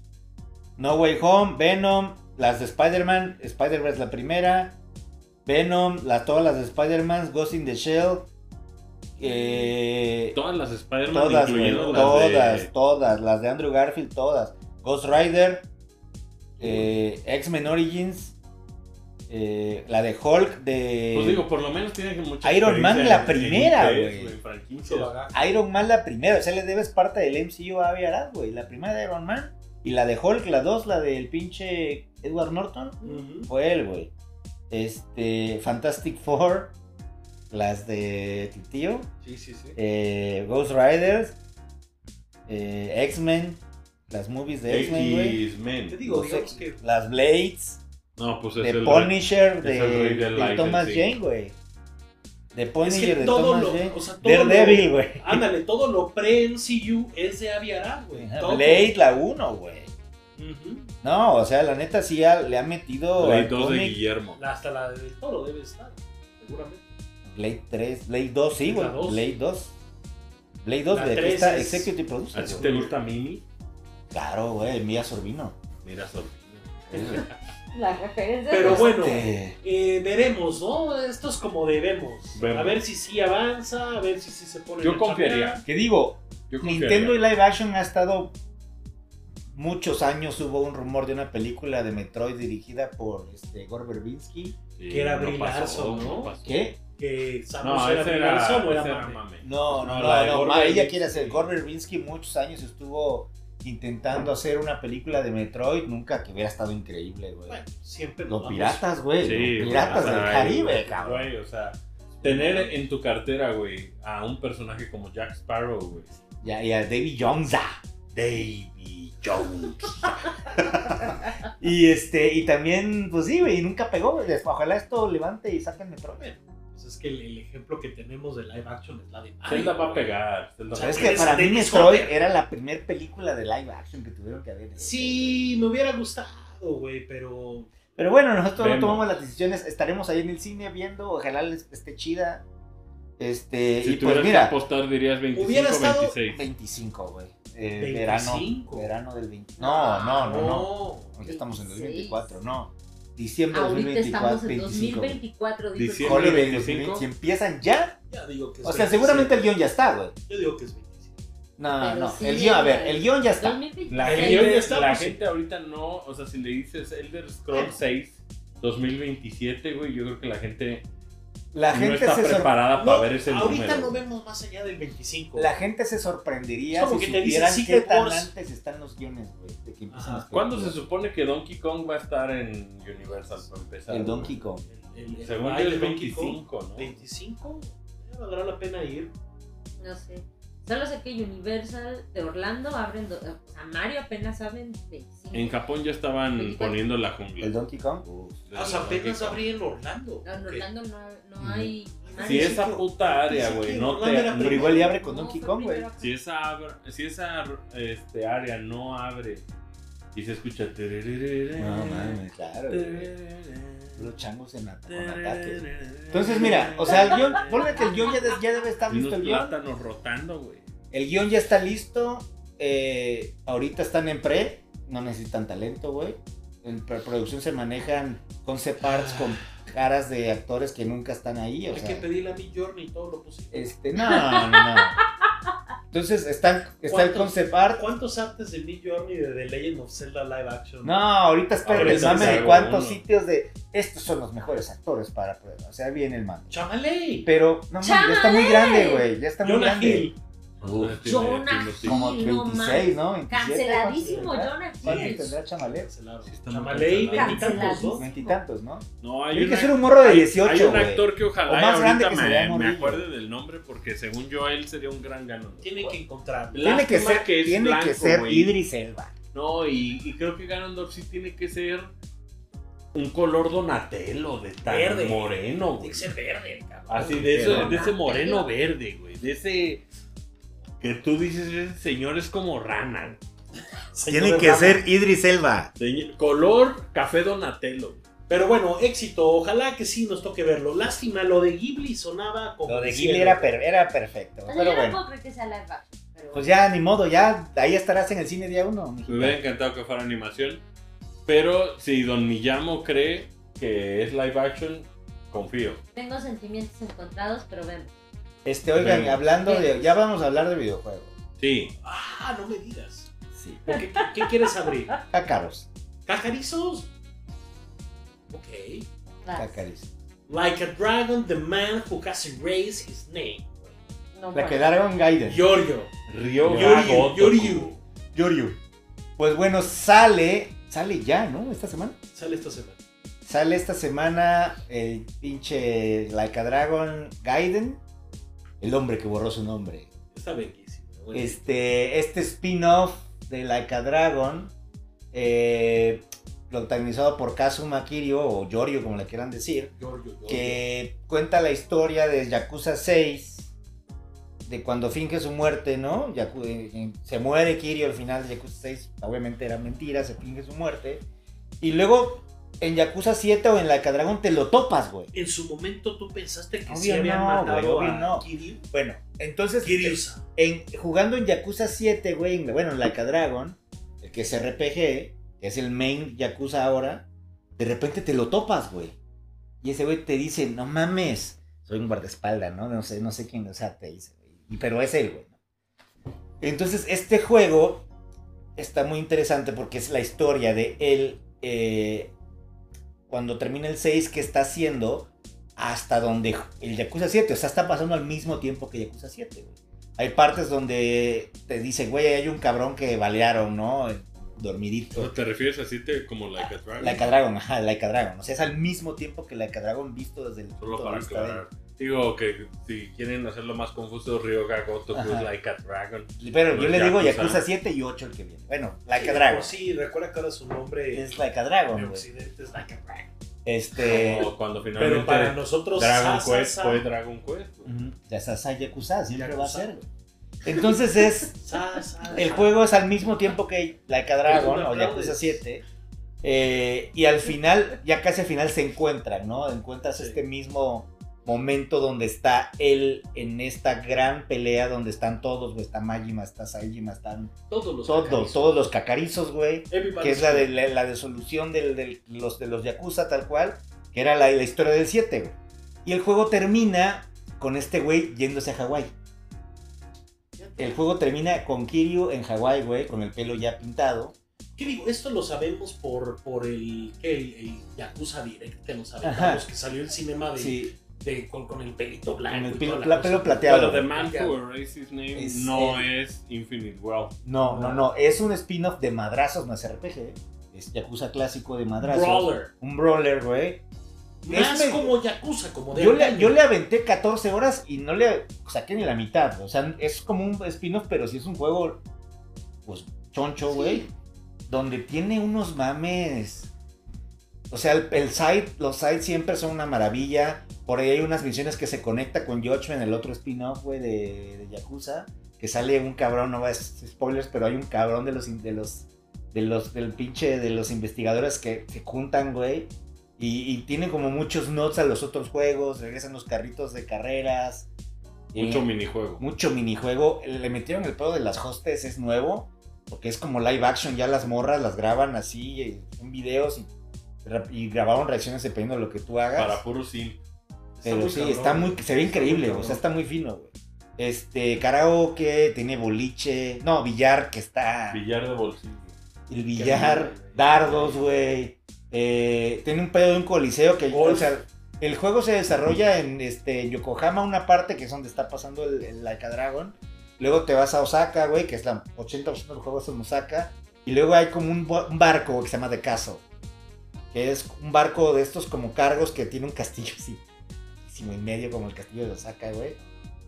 No Way Home, Venom, las de Spider-Man, Spider-Verse la primera, Venom, las, todas las de Spider-Man, Ghost in the Shell, eh,
Todas las Spider-Man,
todas, güey,
incluyendo las
todas,
de.
todas, las de Andrew Garfield, todas, Ghost Rider, eh, X-Men Origins, eh, la de Hulk, de
Pues digo, por lo menos tiene que mucha
Iron Man,
experiencia
la
en-
primera,
en
güey.
IPs, franquicias.
Mucho bagaje.
Iron Man la primera, o sea, le debes parte del MCU a Avi Arad, güey. La primera de Iron Man y la de Hulk, la dos, la del pinche Edward Norton,
Ujú.
fue él, güey. Este, Fantastic Four, las de Tío,
Sí, sí, sí.
eh, Ghost Riders, eh, X-Men, las movies de X-Men, güey.
X-Men.
Te digo,
No sé,
digamos que.
Las Blades,
No, pues es
The
el.
Punisher,
es el
de,
rey del
de
light,
Thomas
sí.
Jane, güey. The
Es
Punisher
que
de
todo
Thomas
lo.
Jane.
O sea, todo
Daredevil, güey.
Lo, ándale, todo lo pre-MCU es de Avi Arad, güey. Todo.
Blade, la 1, güey.
Ujú.
No, o sea, la neta sí ya le ha metido
Play
al
2 de
cómic.
Guillermo.
La- Hasta la del toro debe estar, seguramente.
Blade 3, Blade 2, sí,
La
güey.
dos.
Blade 2. Blade 2,
La
de aquí
tres
está
es-
Executive
¿A
Producer.
ti
güey.
te gusta Mimi?
Claro, güey, Mía Sorbino.
Mira, Sorbino.
Las referencias.
Pero bueno,
Este,
eh, veremos, ¿no? Esto es como debemos.
Vemos.
A ver si sí avanza, a ver si sí se pone.
Yo
a
confiaría.
chambear.
Que digo,
Yo confiaría.
Nintendo y live action ha estado muchos años. Hubo un rumor de una película de Metroid dirigida por este, Gore Verbinski.
Sí,
que era Brie
pasó,
Larson, ¿no?
pasó.
¿Qué?
Que Samus
No,
era
ese era,
Pilar Somo, era
ese era
mame.
mame.
No, no,
No,
no.
la de
no,
Gore
ma, ella
Verbinski.
quiere hacer. Gore Verbinski muchos años estuvo intentando hacer una película de Metroid. Nunca que hubiera estado increíble, güey.
Bueno, siempre nos
Los
vamos.
piratas, güey.
Sí,
los piratas
güey,
del
ay,
Caribe,
güey,
cabrón.
güey, o sea, tener en tu cartera, güey, a un personaje como Jack Sparrow, güey.
Ya, y a Davy Jones. ah, Davy Jones. y este, y también, pues sí, güey, nunca pegó. güey. Ojalá esto levante y saquen Metroid.
Pues es que el, el ejemplo que tenemos de live action es la de Mario.
Zelda va a
güey.
pegar. Zelda va a
¿Sabes
pegar.
que para mí
Dennis
Metroid
Hopper.
era la primera película de live action que tuvieron que haber. hecho.
Sí, me hubiera gustado, güey, pero.
Pero bueno, nosotros no
Vemos.
tomamos las decisiones. Estaremos ahí en el cine viendo. Ojalá les esté chida. Este,
Si
y pues
tuvieras que
mira,
apostar, dirías 25,
Hubiera estado-
26.
25, güey. Eh,
25.
Verano, verano del 20. No, no, no, no.
Oh,
Ahorita estamos en
26.
2024, no. Diciembre de
Ahorita
2024,
estamos en
25.
2024. dijo el
Diciembre.
Jorge.
Holiday
25.
2020, Si empiezan ya,
Ya digo que es
o sea,
27.
seguramente el guión ya está, güey.
Yo digo que es 27.
No,
Pero
no,
sí,
el guión, a ver,
güey.
el guión ya está.
2026.
La
El
gente,
guión ya está, Ah.
la
pues,
gente ahorita no, o sea, si le dices Elder Scrolls 6 2027, güey, yo creo que la gente,
La
no
gente
está
se sor-
preparada Ah, para
No,
ver ese
Ahorita
número.
no vemos más allá del 25.
la gente se sorprendería
Es como
si
que te dicen
supieran qué
Secret
tan
Wars.
antes están los guiones, güey, de que empiezan
Ajá.
las
¿Cuándo se
películas.
supone que Donkey Kong va a estar en Universal para empezar?
El
güey?
Donkey Kong.
El- el- el
Según yo
baile
es
Donkey
25,
Kong,
¿no?
25. Ya valdrá la pena ir.
No sé. Solo sé que Universal de Orlando abren. do- A Mario apenas abren 25.
En Japón ya estaban poniendo la jungla.
El Donkey Kong.
De
Ah, o sea,
Donkey
apenas
Kong.
abrí en Orlando.
No, Ah, en
Ok.
Orlando no,
Ujú.
no hay.
Ah,
Si
ni
nadie.
esa
siquiera-
puta área,
ni
güey,
siquiera
no
Orlando
te...
era
Pero
no-
igual ya abre con
No,
Donkey
fue
Kong, güey.
primero acá.
Si esa, abr- si esa este, área no abre y se escucha...
No mames, claro. güey. Los changos en ata- con ataques. Entonces,
Entonces,
mira, o sea, el guión, ponle que el guión ya, de- ya debe estar listo
unos
el guión.
plátanos rotando, güey.
El guión ya está listo. eh, ahorita están en pre. No necesitan talento, güey. En preproducción se manejan concept arts con caras de actores que nunca están ahí. O
Hay que
sea,
pedirle a mi Journey y todo lo posible.
este, no, no, no. Entonces, están, está el
¿Cuántos?
concept art.
¿Cuántos antes de mi Journey de The Legend of Zelda live action?
No, ahorita espera el
Ahorita
mame de
salgo
cuántos
uno.
sitios de estos son los mejores actores para prueba. O sea, viene el mame.
¡Chámale!
Pero, no, mames, ya está muy
¡Chale!
grande, güey. Ya está muy
Jonah
grande.
Hill.
Uf.
Tiene-
Jonah
tiene los-
Hill.
Como
Sí, no
26, ¿no? 27,
Canceladísimo,
¿cuántos
Jonah
tendrá? ¿Cuántos
Hill.
tendrá Chamalet?
Cancelaron.
Sí, está muy
Chámale y
cancelado.
Danny Campos, ¿no?
Veintitantos, ¿no?
No, hay
Tiene que
una-
ser un morro de
hay-
18,
Hay un
güey.
actor que
O
ojalá
más
y
grande
ahorita
que se vea
me, me
morrillo.
acuerde del nombre porque según yo él sería un gran ganador.
Tienen que encontrarlo.
Tiene que
Lástima
ser,
que es
tiene que
blanco,
ser
güey.
Idris Elba.
No, y, y creo que Ganondorf sí tiene que ser un color Donatello, de tan
Verde.
moreno,
Tiene
güey.
que ser verde, cabrón.
Así de ese,
Pero-
de ese moreno verde, güey. De ese que tú dices, ese señor es como rana.
Señor Rama.
Idris Elba.
Señor- color café Donatello.
Pero bueno, éxito. Ojalá que sí nos toque verlo. Lástima, lo de Ghibli sonaba como.
Lo de
el
Gil
cielo.
era, per- era perfecto,
O sea,
pero
yo no
bueno.
puedo creer que sea live action. Pero
Pues ya, ni modo, ya, ahí estarás en el cine día uno,
Me hubiera
mijita.
encantado que fuera animación. Pero si Don Miyamo cree que es live action, confío.
Tengo sentimientos encontrados, pero vemos.
Este, oigan,
Ven.
hablando de, ya vamos a hablar de videojuegos.
Sí.
Ah, no me digas.
Sí.
¿Por ¿Qué, qué- qué quieres abrir?
Cácaros,
¿Cajarizos? Ok.
Vas.
cácaris.
Like a dragon, the man who has erased his name.
No
La
puedo.
quedaron Gaiden.
Yorio.
Ryoga
Yoryu.
ah, Gotoku.
Yoryu.
Yoryu. Pues bueno, sale, sale ya, ¿no? Esta semana.
Sale esta semana.
Sale esta semana el pinche Like a Dragon Gaiden, el hombre que borró su nombre.
Está bellísimo. güey.
Este, este spin-off de Like a Dragon, eh, protagonizado por Kazuma Kiryu o Yorio, como le quieran decir,
Giorgio, Giorgio.
que cuenta la historia de Yakuza 6, de cuando finge su muerte, ¿no? Yaku- eh, eh, se muere Kiryu al final de Yakuza 6, obviamente era mentira, se finge su muerte. Y luego en Yakuza 7 o en la Dragon te lo topas, güey.
En su momento tú pensaste que
Obvio
sí habían
no,
matado
güey, obvio
a
no.
Kiryu.
Bueno, entonces
Kiryu-san.
en- jugando en Yakuza 7, güey, en- bueno, en Like a Dragon, el que es RPG, que es el main Yakuza ahora, de repente te lo topas, güey. Y ese güey te dice, no mames, soy un guardaespaldas, ¿no? No sé, no sé quién, o sea, te dice, güey. Y- Pero es él, güey. ¿no? Entonces, este juego está muy interesante porque es la historia de él, eh, cuando termina el 6, que está haciendo hasta donde el Yakuza 7, o sea, está pasando al mismo tiempo que Yakuza 7, güey. Hay partes donde te dicen, güey, hay un cabrón que balearon, ¿no? Dormidito.
¿Te refieres así te, como Like a Dragon?
Like a Dragon, ajá, Like a Dragon. O sea, es al mismo tiempo que Like a Dragon visto desde el punto
Solo
de
para
vista de-
aclarar. Digo que si quieren hacerlo más confuso, Ryoga Gotoku
Ajá.
es Like a Dragon.
Pero yo
Pero
le digo
Yakuza.
Yakuza 7 y 8 el que viene. Bueno, Like a
Sí,
Dragon.
por Sí, recuerda que ahora su nombre
Es Like a
en
Dragon, güey.
Occidente es Like a Dragon.
Este.
o cuando finalmente
Pero para nosotros,
Dragon
sa, sa,
Quest
sa,
fue Dragon Quest. güey.
ujú, Ya está Yakuza, siempre va a
Yakuza.
ser, güey. Entonces es.
sa, sa,
El
sa.
juego es al mismo tiempo que Like a Dragon
Es un
o Yakuza
aplaudes.
7. eh, y al final, ya casi al final se encuentran, ¿no? Encuentras
Sí.
este mismo momento donde está él en esta gran pelea donde están todos, güey. Está Majima, está Saijima, están
Todos los
todos, todos los cacarizos, güey.
Everybody's
Que es la, de, la, la desolución del- del- los, de los Yakuza, tal cual. Que era la, la historia del 7, güey. Y el juego termina con este güey yéndose a Hawái. El juego termina con Kiryu en Hawái, güey, con el pelo ya pintado.
¿Qué digo? Esto lo sabemos por, por el, el, el Yakuza Direct que nos aventamos,
Ajá.
que salió el cinema de,
Sí,
de- con, con el pelito blanco.
Con el
y
pelo-
toda
pla-
la cosa.
pelo plateado.
Pero The Man Who Erased His Name
Es
no
el-
es Infinite Wealth.
no, no, no. Es un spin-off de madrazos, no es RPG. ¿eh? Es Yakuza clásico de madrazos.
Brawler.
Un brawler, güey.
Más
Este-
como Yakuza, como de
Yo le,
antaño.
yo le aventé 14 horas y no le saqué ni la mitad. O sea, es como un spin-off, pero sí es un juego, pues, choncho, güey. Donde tiene unos mames. O sea, el, el side, los sites siempre son una maravilla. Por ahí hay unas misiones que se conecta con Judgment, el otro spin-off, güey, de, de Yakuza. Que sale un cabrón, no va a hacer spoilers, pero hay un cabrón de los, in- de los, de los, del pinche, de los investigadores que se juntan, güey. Y, y tienen como muchos notes a los otros juegos, regresan los carritos de carreras.
Mucho
Eh,
minijuego.
mucho minijuego. Le metieron el pedo de las hostes, es nuevo. Porque es como live action, ya las morras las graban así, eh, son videos y, ra- y grabaron reacciones dependiendo de lo que tú hagas.
Para puro sim.
Pero
muy
sí,
cabrón.
está muy, se ve increíble,
muy
o sea, está muy fino, güey. Este, karaoke, tiene boliche, no, billar, que está,
Billar de bolsillo.
el billar,
lindo, güey.
dardos, güey. Eh, tiene un pedo de un coliseo que,
Golf.
o sea, el juego se desarrolla en este, en Yokohama, una parte que es donde está pasando el, el Like a Dragon. Luego te vas a Osaka, güey, que es la 80% del juego es en Osaka. Y luego hay como un, bo- un barco que se llama The Castle. Que es un barco de estos como cargos que tiene un castillo así. así en medio como el castillo de Osaka, güey.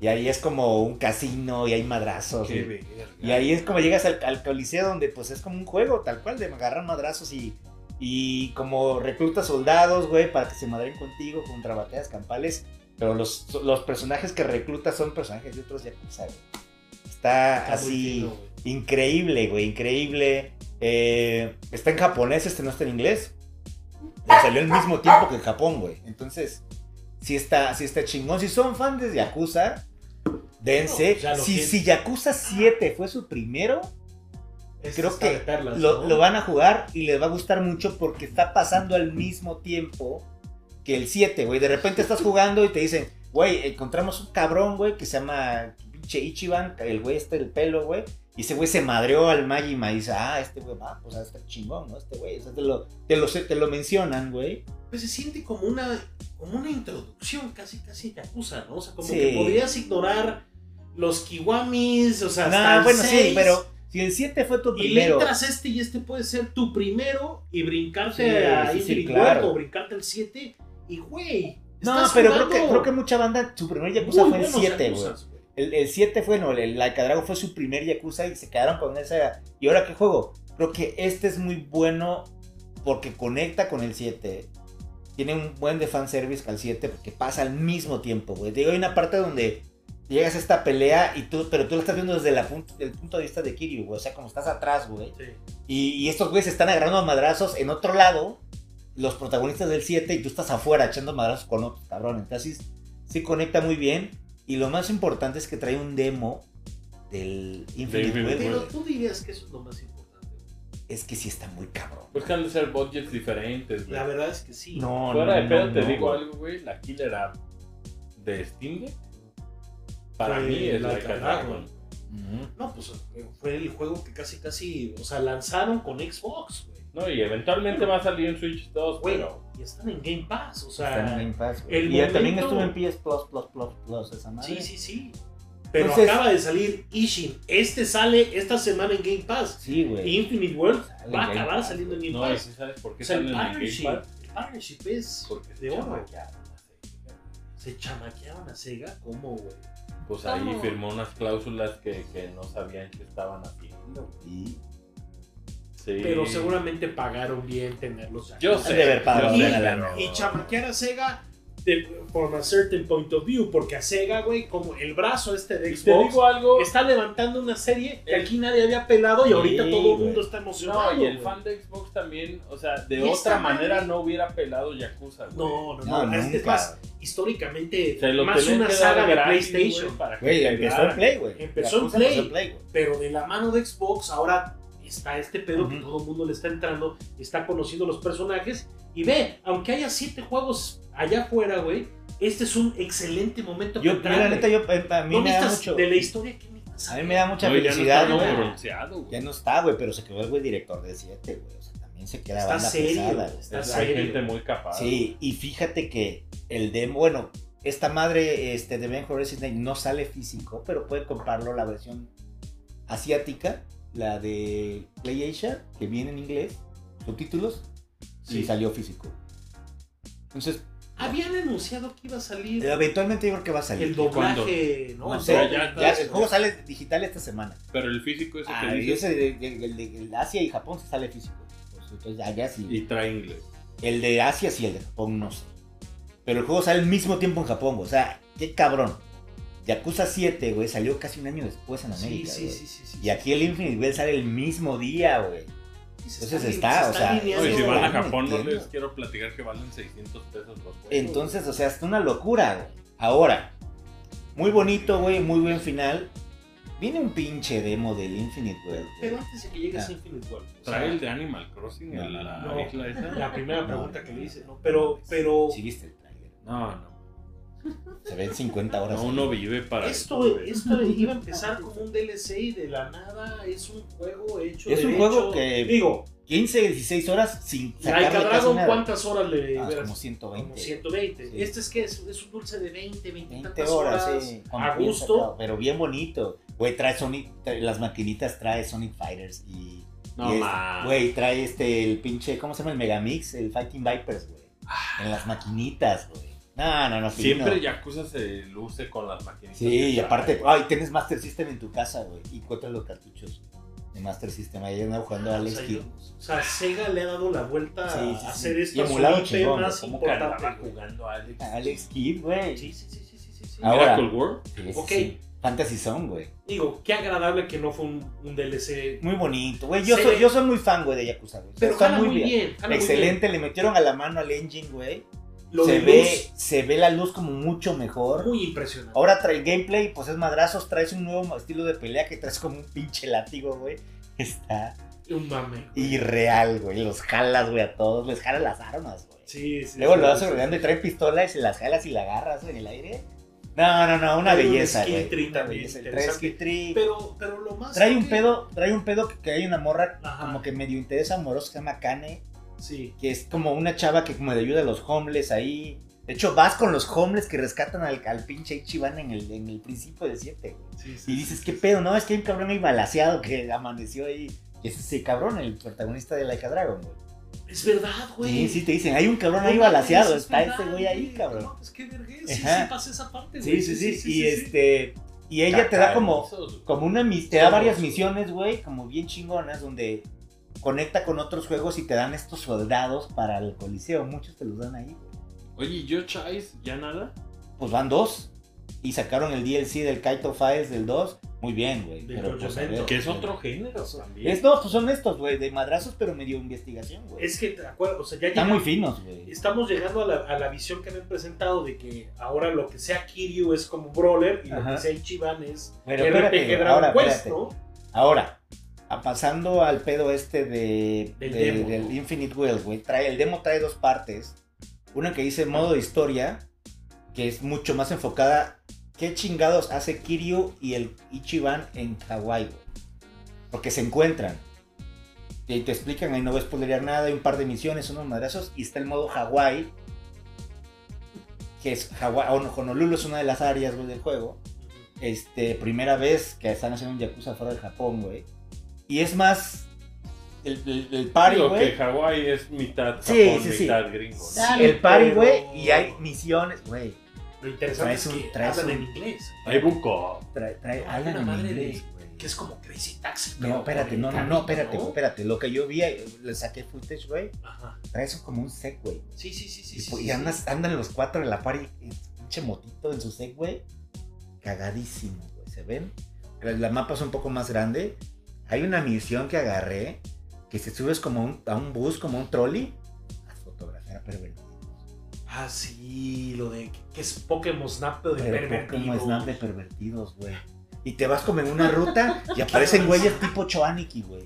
Y ahí es como un casino y hay madrazos.
Qué
güey.
verga.
Y ahí es como llegas al, al coliseo donde pues es como un juego tal cual de agarrar madrazos y, y como reclutas soldados, güey, para que se madren contigo contra batallas campales. Pero los, los personajes que reclutas son personajes de otros Yakuza, güey. Está,
Está muy
así
fino, güey.
increíble, güey, increíble. Eh, está en japonés, este no está en inglés. Pero salió al mismo tiempo que en Japón, güey. Entonces, sí está, sí está chingón. Si son fans de Yakuza, dense.
No, ya lo
si,
tienen.
si Yakuza 7 fue su primero,
Este
creo
está
que
de perlas,
lo,
¿no?
lo van a jugar y les va a gustar mucho porque está pasando al mismo tiempo que el 7, güey. De repente estás jugando y te dicen, güey, encontramos un cabrón, güey, que se llama pinche Ichiban, el güey este del pelo, güey. Y ese güey se madreó al Majima y dice, ah, este güey va, pues está chingón, ¿no? Este güey, o sea, te, lo, te, lo, te lo mencionan, güey.
Pues se siente como una, como una introducción casi, casi Yakuza, ¿no? O sea, como
Sí.
que podrías ignorar los Kiwamis, o sea, hasta
No,
el
Ah, bueno, sí,
seis.
pero Si el 7 fue tu
Y le
primero.
entras este y este puede ser tu primero y brincarte
Sí,
a
sí, sí,
Infinite
claro.
World o brincarte al 7 y güey.
No,
estás
pero creo que,
jugando
creo que mucha banda, su primer
muy
Yakuza fue el
buenos
7, güey.
Yakuzas, güey.
El, el 7 fue, no, el Like a Dragon fue su primer Yakuza y se quedaron con esa. ¿Y ahora qué juego? Creo que este es muy bueno porque conecta con el 7. Tiene un buen de fanservice al 7 porque pasa al mismo tiempo, güey. Digo, hay una parte donde llegas a esta pelea y tú, pero tú la estás viendo desde la pun- el punto de vista de Kiryu, güey. O sea, como estás atrás, güey.
Sí.
Y, y estos güeyes se están agarrando a madrazos en otro lado, los protagonistas del 7, y tú estás afuera echando madrazos con otros cabrón. Entonces se conecta muy bien. Y lo más importante es que trae un demo del Infinite
Infinite
Wealth.
Pero tú dirías que eso es lo más importante. güey.
Es que sí está muy cabrón.
Pues que han de ser budgets diferentes, güey.
La verdad es que sí.
No,
Fuera de
no,
pedo
no,
te
no,
digo
güey.
algo, güey. La killer app de Steam, güey, Para
Fue
mí es la
Like a
a Dragon.
Ujú.
No, pues fue el juego que casi, casi, o sea, lanzaron con Xbox, güey.
No, y eventualmente va a salir en Switch 2, güey.
Bueno, y están en Game Pass, o
Está en
sea,
Game Pass, güey.
Ah, el
Y ya también
momento-
estuvo en PS Plus, Plus, Plus, Plus, esa madre.
sí, sí, sí. Pero
Entonces-
acaba de salir Ishin. Este sale esta semana en Game Pass.
Sí, güey.
Infinite World
Sale en
va a
Game
acabar
Pass,
saliendo en Game
No, y
Pass.
si sabes por qué
O sea, el
salen en el
partnership,
Game Pass.
el partnership es
Porque se
de oro.
chamaquearon a Sega.
Se chamaquearon a Sega, ¿cómo, güey?
Pues ahí
¿Cómo?
firmó unas cláusulas que, que no sabían que estaban haciendo. güey.
Y-
Sí.
Pero seguramente pagaron bien tenerlos aquí.
Yo sé.
Han de haber pagado
yo sé,
bien a la-
pero-
Y chamaquear a Sega de, from a certain point of view, porque a Sega, güey, como el brazo este de
Y te
Xbox,
digo algo. Eh.
está levantando una serie que aquí nadie había pelado y ahorita
Sí,
todo el
güey.
mundo está emocionado.
No, y el
güey.
fan de Xbox también, o sea, de
Y
otra
esta
manera
madre-
no hubiera pelado Yakuza, güey.
No, no,
No,
no. es, es
nunca.
más, históricamente,
Se lo
más
tenían
una
que dar
saga de
gratis,
PlayStation,
güey, para que
Güey,
te
empezó
dieran.
en Play, güey.
ah, Empezó en
Yakuza
Play.
güey.
pero de la mano de Xbox ahora está este pedo que
Ujú.
todo el mundo le está entrando, está conociendo los personajes y ve, aunque haya siete juegos allá afuera, güey, este es un excelente momento
Yo,
para
yo, la neta,
entrar,
yo, eh, a mí
güey. no
me da
necesitas
mucho.
de la historia que necesitas.
A mí me da mucha
No, y ya no
felicidad,
está
güey.
tan bronceado, güey.
Ya no está, güey, pero se quedó el güey director de 7, güey. O sea, también se queda
Está
banda
serio,
pesada, güey.
está
Es- Hay
serio.
gente muy capaz.
Sí, y fíjate que el demo, bueno, esta madre este, de Ben Horizon Snake no sale físico, pero puede comprarlo la versión asiática, la de Play Asia, que viene en inglés, subtítulos,
Sí.
y salió físico. Entonces,
Habían anunciado que iba a salir
eventualmente yo creo que va a salir.
el doblaje,
No,
¿no?
sé,
pero
ya,
ya-
el juego sale digital esta semana.
Pero el físico
Pues,
ese que
Ah, y
dices,
ese de, de- de- de- de Asia y Japón se sale físico. Pues, entonces, allá sí.
y trae inglés.
El de Asia sí, el de Japón no sé. Pero el juego sale al mismo tiempo en Japón, güey. O sea, qué cabrón. Yakuza 7, güey, salió casi un año después en
Sí,
América.
sí,
güey.
sí, sí, sí.
Y aquí el Infinite Bell sale el mismo día, güey.
Se
entonces está,
se
o sea,
No,
alineando,
y si
eso
van a
no lo
Japón, no
entiendo.
les quiero platicar que valen 600 pesos los juegos.
Entonces, o sea, es una locura, güey. Ahora, muy bonito, güey, muy buen final. Viene un pinche demo del Infinite World. güey.
Pero antes de que llegues
Ah.
a Infinite World. o sea,
¿Trae el de Animal Crossing en
No,
la
no.
isla esa?
La primera
No,
pregunta
no,
que
no,
le hice, ¿no?
no,
Pero, pero
Sí, viste el trailer.
No, no.
Se ven 50 horas.
No, uno vive para
Esto,
eso, güey.
esto iba a empezar como un DLC y de la nada es un juego hecho.
Es un
derecho.
juego que-
Digo,
15, 16 horas sin sacarle
Laika
casi
Dragon,
nada.
¿cuántas horas le
Ah,
verás?
como 120.
Como 120.
Sí.
Este es que es, es un dulce de 20, 20, y
20
tantas
horas,
horas.
sí, con
a
bien
gusto.
sacado, pero bien bonito. Güey, trae Sonic, trae- las maquinitas trae Sonic Fighters y.
No,
y es-
ma.
Güey, trae este, el pinche, ¿cómo se llama? El Megamix, el Fighting Vipers, güey.
Ah.
En las maquinitas, güey. No, no, no, fino.
Siempre Yakuza se luce con las maquinitas. que
Sí, y
trae,
aparte,
güey.
ay, tienes Master System en tu casa, güey. Y encuentras los cartuchos de Master System. Ahí andaba jugando a
O
Alex
sea,
Kidd.
yo- o sea, Sega le ha dado la vuelta
Sí, sí, sí.
a hacer
Y
esto a su
emulado
IP
chingón,
más
¿Cómo que andaba
importante. güey.
jugando a Alex?
A Alex Kidd, güey.
Sí, sí, sí, sí, sí, sí, sí.
Ah, Ahora.
Miracle World.
Sí, sí,
Ok.
sí. Fantasy Zone, güey.
Digo, qué agradable que no fue un, un DLC.
Muy bonito, güey. Yo,
Se
soy,
ve-
yo soy muy fan, güey, de Yakuza, güey. O sea,
Pero
está
jala muy bien. jala muy
Excelente, le metieron a la mano al engine, güey.
bien. Lo
se,
de
ve, se ve la luz como mucho
luz,
mejor.
muy impresionante.
Ahora trae el gameplay, pues es madrazos, traes un nuevo estilo de pelea que traes como un pinche látigo, güey. Está
Un mame.
irreal, güey. Los jalas, güey, a todos. Les jalas las armas, güey.
Sí, sí.
Luego
sí,
lo vas
sí.
ordenando y trae pistola y se las jalas y la agarras en el aire. No, no, no, una
Trae un
belleza,
skill
güey.
tree
Una
también
belleza. Trae
interesante.
skill tree.
Pero, pero lo más.
Trae un
que-
pedo, trae un pedo que, que hay una morra
Ajá.
como que medio interesa amorosa que se llama Kane,
Sí.
que es como una chava que como le ayuda a los homeless ahí. De hecho, vas con los hombres que rescatan al, al pinche Ichiban en el, en el principio de 7.
Sí, sí,
Y dices, ¿qué pedo? No, es que hay un cabrón ahí balaseado que amaneció ahí. Es ese cabrón, el protagonista de Laika Dragon, güey.
Es verdad, güey.
Sí, sí, te dicen, hay un cabrón ahí
No
balaseado.
mames, es
Está
verdad,
ese güey ahí, cabrón.
No, pues qué vergüenza. Sí,
Ajá.
sí, pasa esa parte, güey.
Sí, sí, sí. Y este. Y ella te da como.
Cacarizos, güey.
como una mis- te da varias misiones, güey, como bien chingonas, donde conecta con otros juegos y te dan estos soldados para el coliseo. Muchos te los dan ahí.
Oye, ¿y yo Chais, ¿ya nada?
Pues van dos. Y sacaron el DLC del Kaito Files del 2. Muy bien, güey.
Del
pero, pues, a
Tormento.
ver,
Que es
güey.
otro género también.
Es, no, pues son estos, güey, de madrazos, pero medio investigación, güey.
Es que, te acuerdas, o sea, ya
Están
llega-
muy finos, güey.
Estamos llegando a la, a la visión que me han presentado de que ahora lo que sea Kiryu es como brawler y lo
Ajá.
que sea Ichiban es
Pero
RPG
espérate,
Dragon
ahora,
Quest,
espérate.
¿no?
Ahora, a- pasando al pedo este de,
Del
de-
demo.
del Infinite Wells, güey. Trae, el demo trae dos partes. Una que dice modo de historia, que es mucho más enfocada. ¿Qué chingados hace Kiryu y el Ichiban en Hawái, güey? Porque se encuentran. Y te explican, ahí no voy a spoilerear nada, hay un par de misiones, unos madrazos, y está el modo Hawái. Que es Hawái, o no, Honolulu es una de las áreas, güey, del juego este, primera vez que están haciendo un Yakuza fuera de Japón, güey. Y es más el, el, el party,
Digo
güey.
que Hawái es mitad Japón,
Sí, sí, sí.
mitad gringo. Ah, ¿no?
Claro.
El party,
pero-
güey, y hay misiones, güey.
Lo interesante
Traes
es
un-
que
traes
hablan
un-
en inglés,
Hay buco.
Trae, trae,
Hay
hablan
una
en
madre
inglés,
de-
güey.
que es como Crazy Taxi.
No,
pero
espérate,
con
no, no, no,
americano,
espérate, güey, espérate. Lo que yo vi, eh, le saqué footage, güey.
Ajá.
Trae eso como un set, güey.
Sí, sí, sí, sí.
Y,
sí,
pues,
sí,
y andas- andan los cuatro en la party, en su pinche motito en su set, güey. Cagadísimo, güey. ¿Se ven? La, la mapa es un poco más grande. Hay una misión que agarré, que si subes como un- a un bus, como un trolley, a fotografiar a pervertidos.
Ah, sí, lo de que- que es Pokémon Snap pero de
Pero
pervertido.
como snap de pervertidos, güey. Y te vas como en una ruta y aparecen güeyes tipo Choaniki, güey.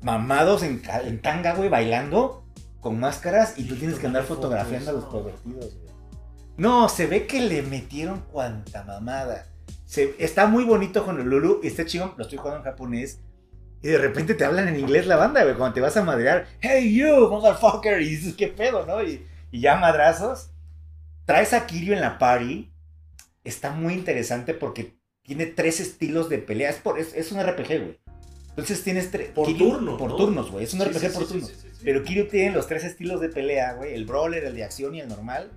Mamados en, ca- en tanga, güey, bailando con máscaras y tú
Y
tienes que andar
tomando
fotografiando a los
fotos, no.
pervertidos, güey. No, se ve que le metieron cuanta mamada. Se- está muy bonito con el Lulu y está chingón, lo estoy jugando en japonés. Y de repente te hablan en inglés la banda, güey. Cuando te vas a madrear, hey you, motherfucker. Y dices, qué pedo, ¿no? Y, y ya madrazos. Traes a Kiryu en la party. Está muy interesante porque tiene tres estilos de pelea. Es, por, es, es un RPG, güey. Entonces tienes tres.
Por turno,
Por
¿no?
turnos, güey. Es un
Sí,
RPG
sí,
por
sí,
turnos.
sí, sí, sí.
Pero Kiryu tiene los tres estilos de pelea, güey. El brawler, el de acción y el normal.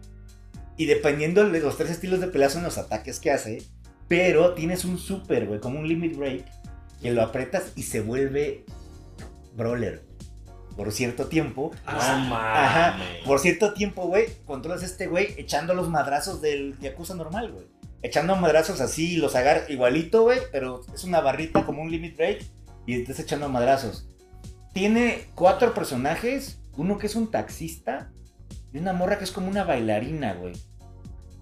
Y dependiendo de los tres estilos de pelea son los ataques que hace. Pero tienes un super, güey, como un limit break. Que lo apretas y se vuelve brawler. Por cierto tiempo.
Ah,
no
pues, Ajá.
mames.
Por cierto tiempo, güey, controlas a este güey echando los madrazos del Yakuza normal, güey. Echando madrazos así, los agarra igualito, güey, pero es una barrita como un limit break y estás echando madrazos. Tiene cuatro personajes, uno que es un taxista y una morra que es como una bailarina, güey.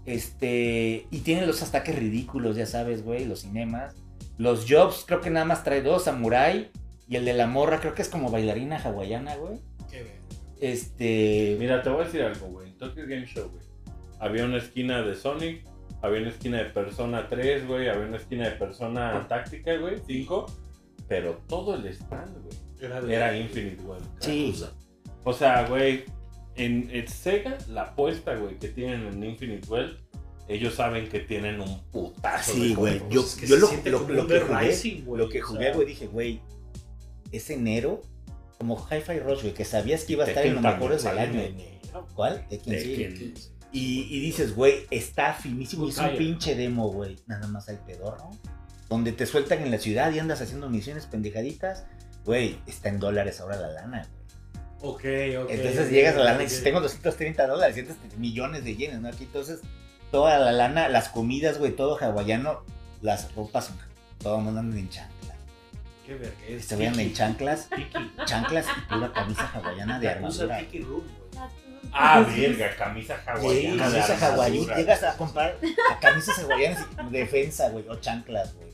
Este, y tiene los ataques ridículos, ya sabes, güey, los cinemas. Los Jobs creo que nada más trae dos, Samurai y el de la morra creo que es como bailarina hawaiana, güey.
Qué ver-
Este,
Mira, te voy a decir algo, güey. En Tokyo Game Show, güey. Había una esquina de Sonic, había una esquina de Persona 3, güey, había una esquina de Persona Táctica, güey, 5. Pero todo el stand, güey,
Era, de-
era Infinite, güey.
Sí.
O sea, güey, en, en Sega, la apuesta, güey, que tienen en Infinite Well, ellos saben que tienen un putazo.
Sí,
de
güey.
juegos.
Yo,
Pues Es que
yo
se
lo,
siente
lo-
como
lo
un
que
The
jugué,
Rising, güey,
lo que
o
jugué,
sea.
güey, dije, güey, es enero, como Hi-Fi Rush, güey, que sabías que iba a
Te
estar en los
quitan,
mejores del
sale en
año.
enero.
¿Cuál? De quién
De
sí.
quién.
Y, y dices, güey, está finísimo. Es un
Fire.
pinche demo, güey. Nada más al pedorro. Donde te sueltan en la ciudad y andas haciendo misiones pendejaditas. Güey, está en dólares ahora la lana, güey.
Ok, ok.
Entonces llegas a la lana y
Ok.
dices, tengo 230 dólares, 130 millones de yenes, ¿no? Aquí entonces toda la lana, las comidas, güey, todo hawaiano, las ropas, todo el mundo anda en chanclas.
Qué vergüenza.
Se vean en chanclas,
Tiki.
chanclas y pura camisa hawaiana de
Usa
armadura.
Tiki Room, güey.
Ah, verga, camisa hawaiana.
Sí,
de
camisa
armadura.
hawaiana, llegas a comprar a camisas hawaianas y defensa, güey, o chanclas, güey.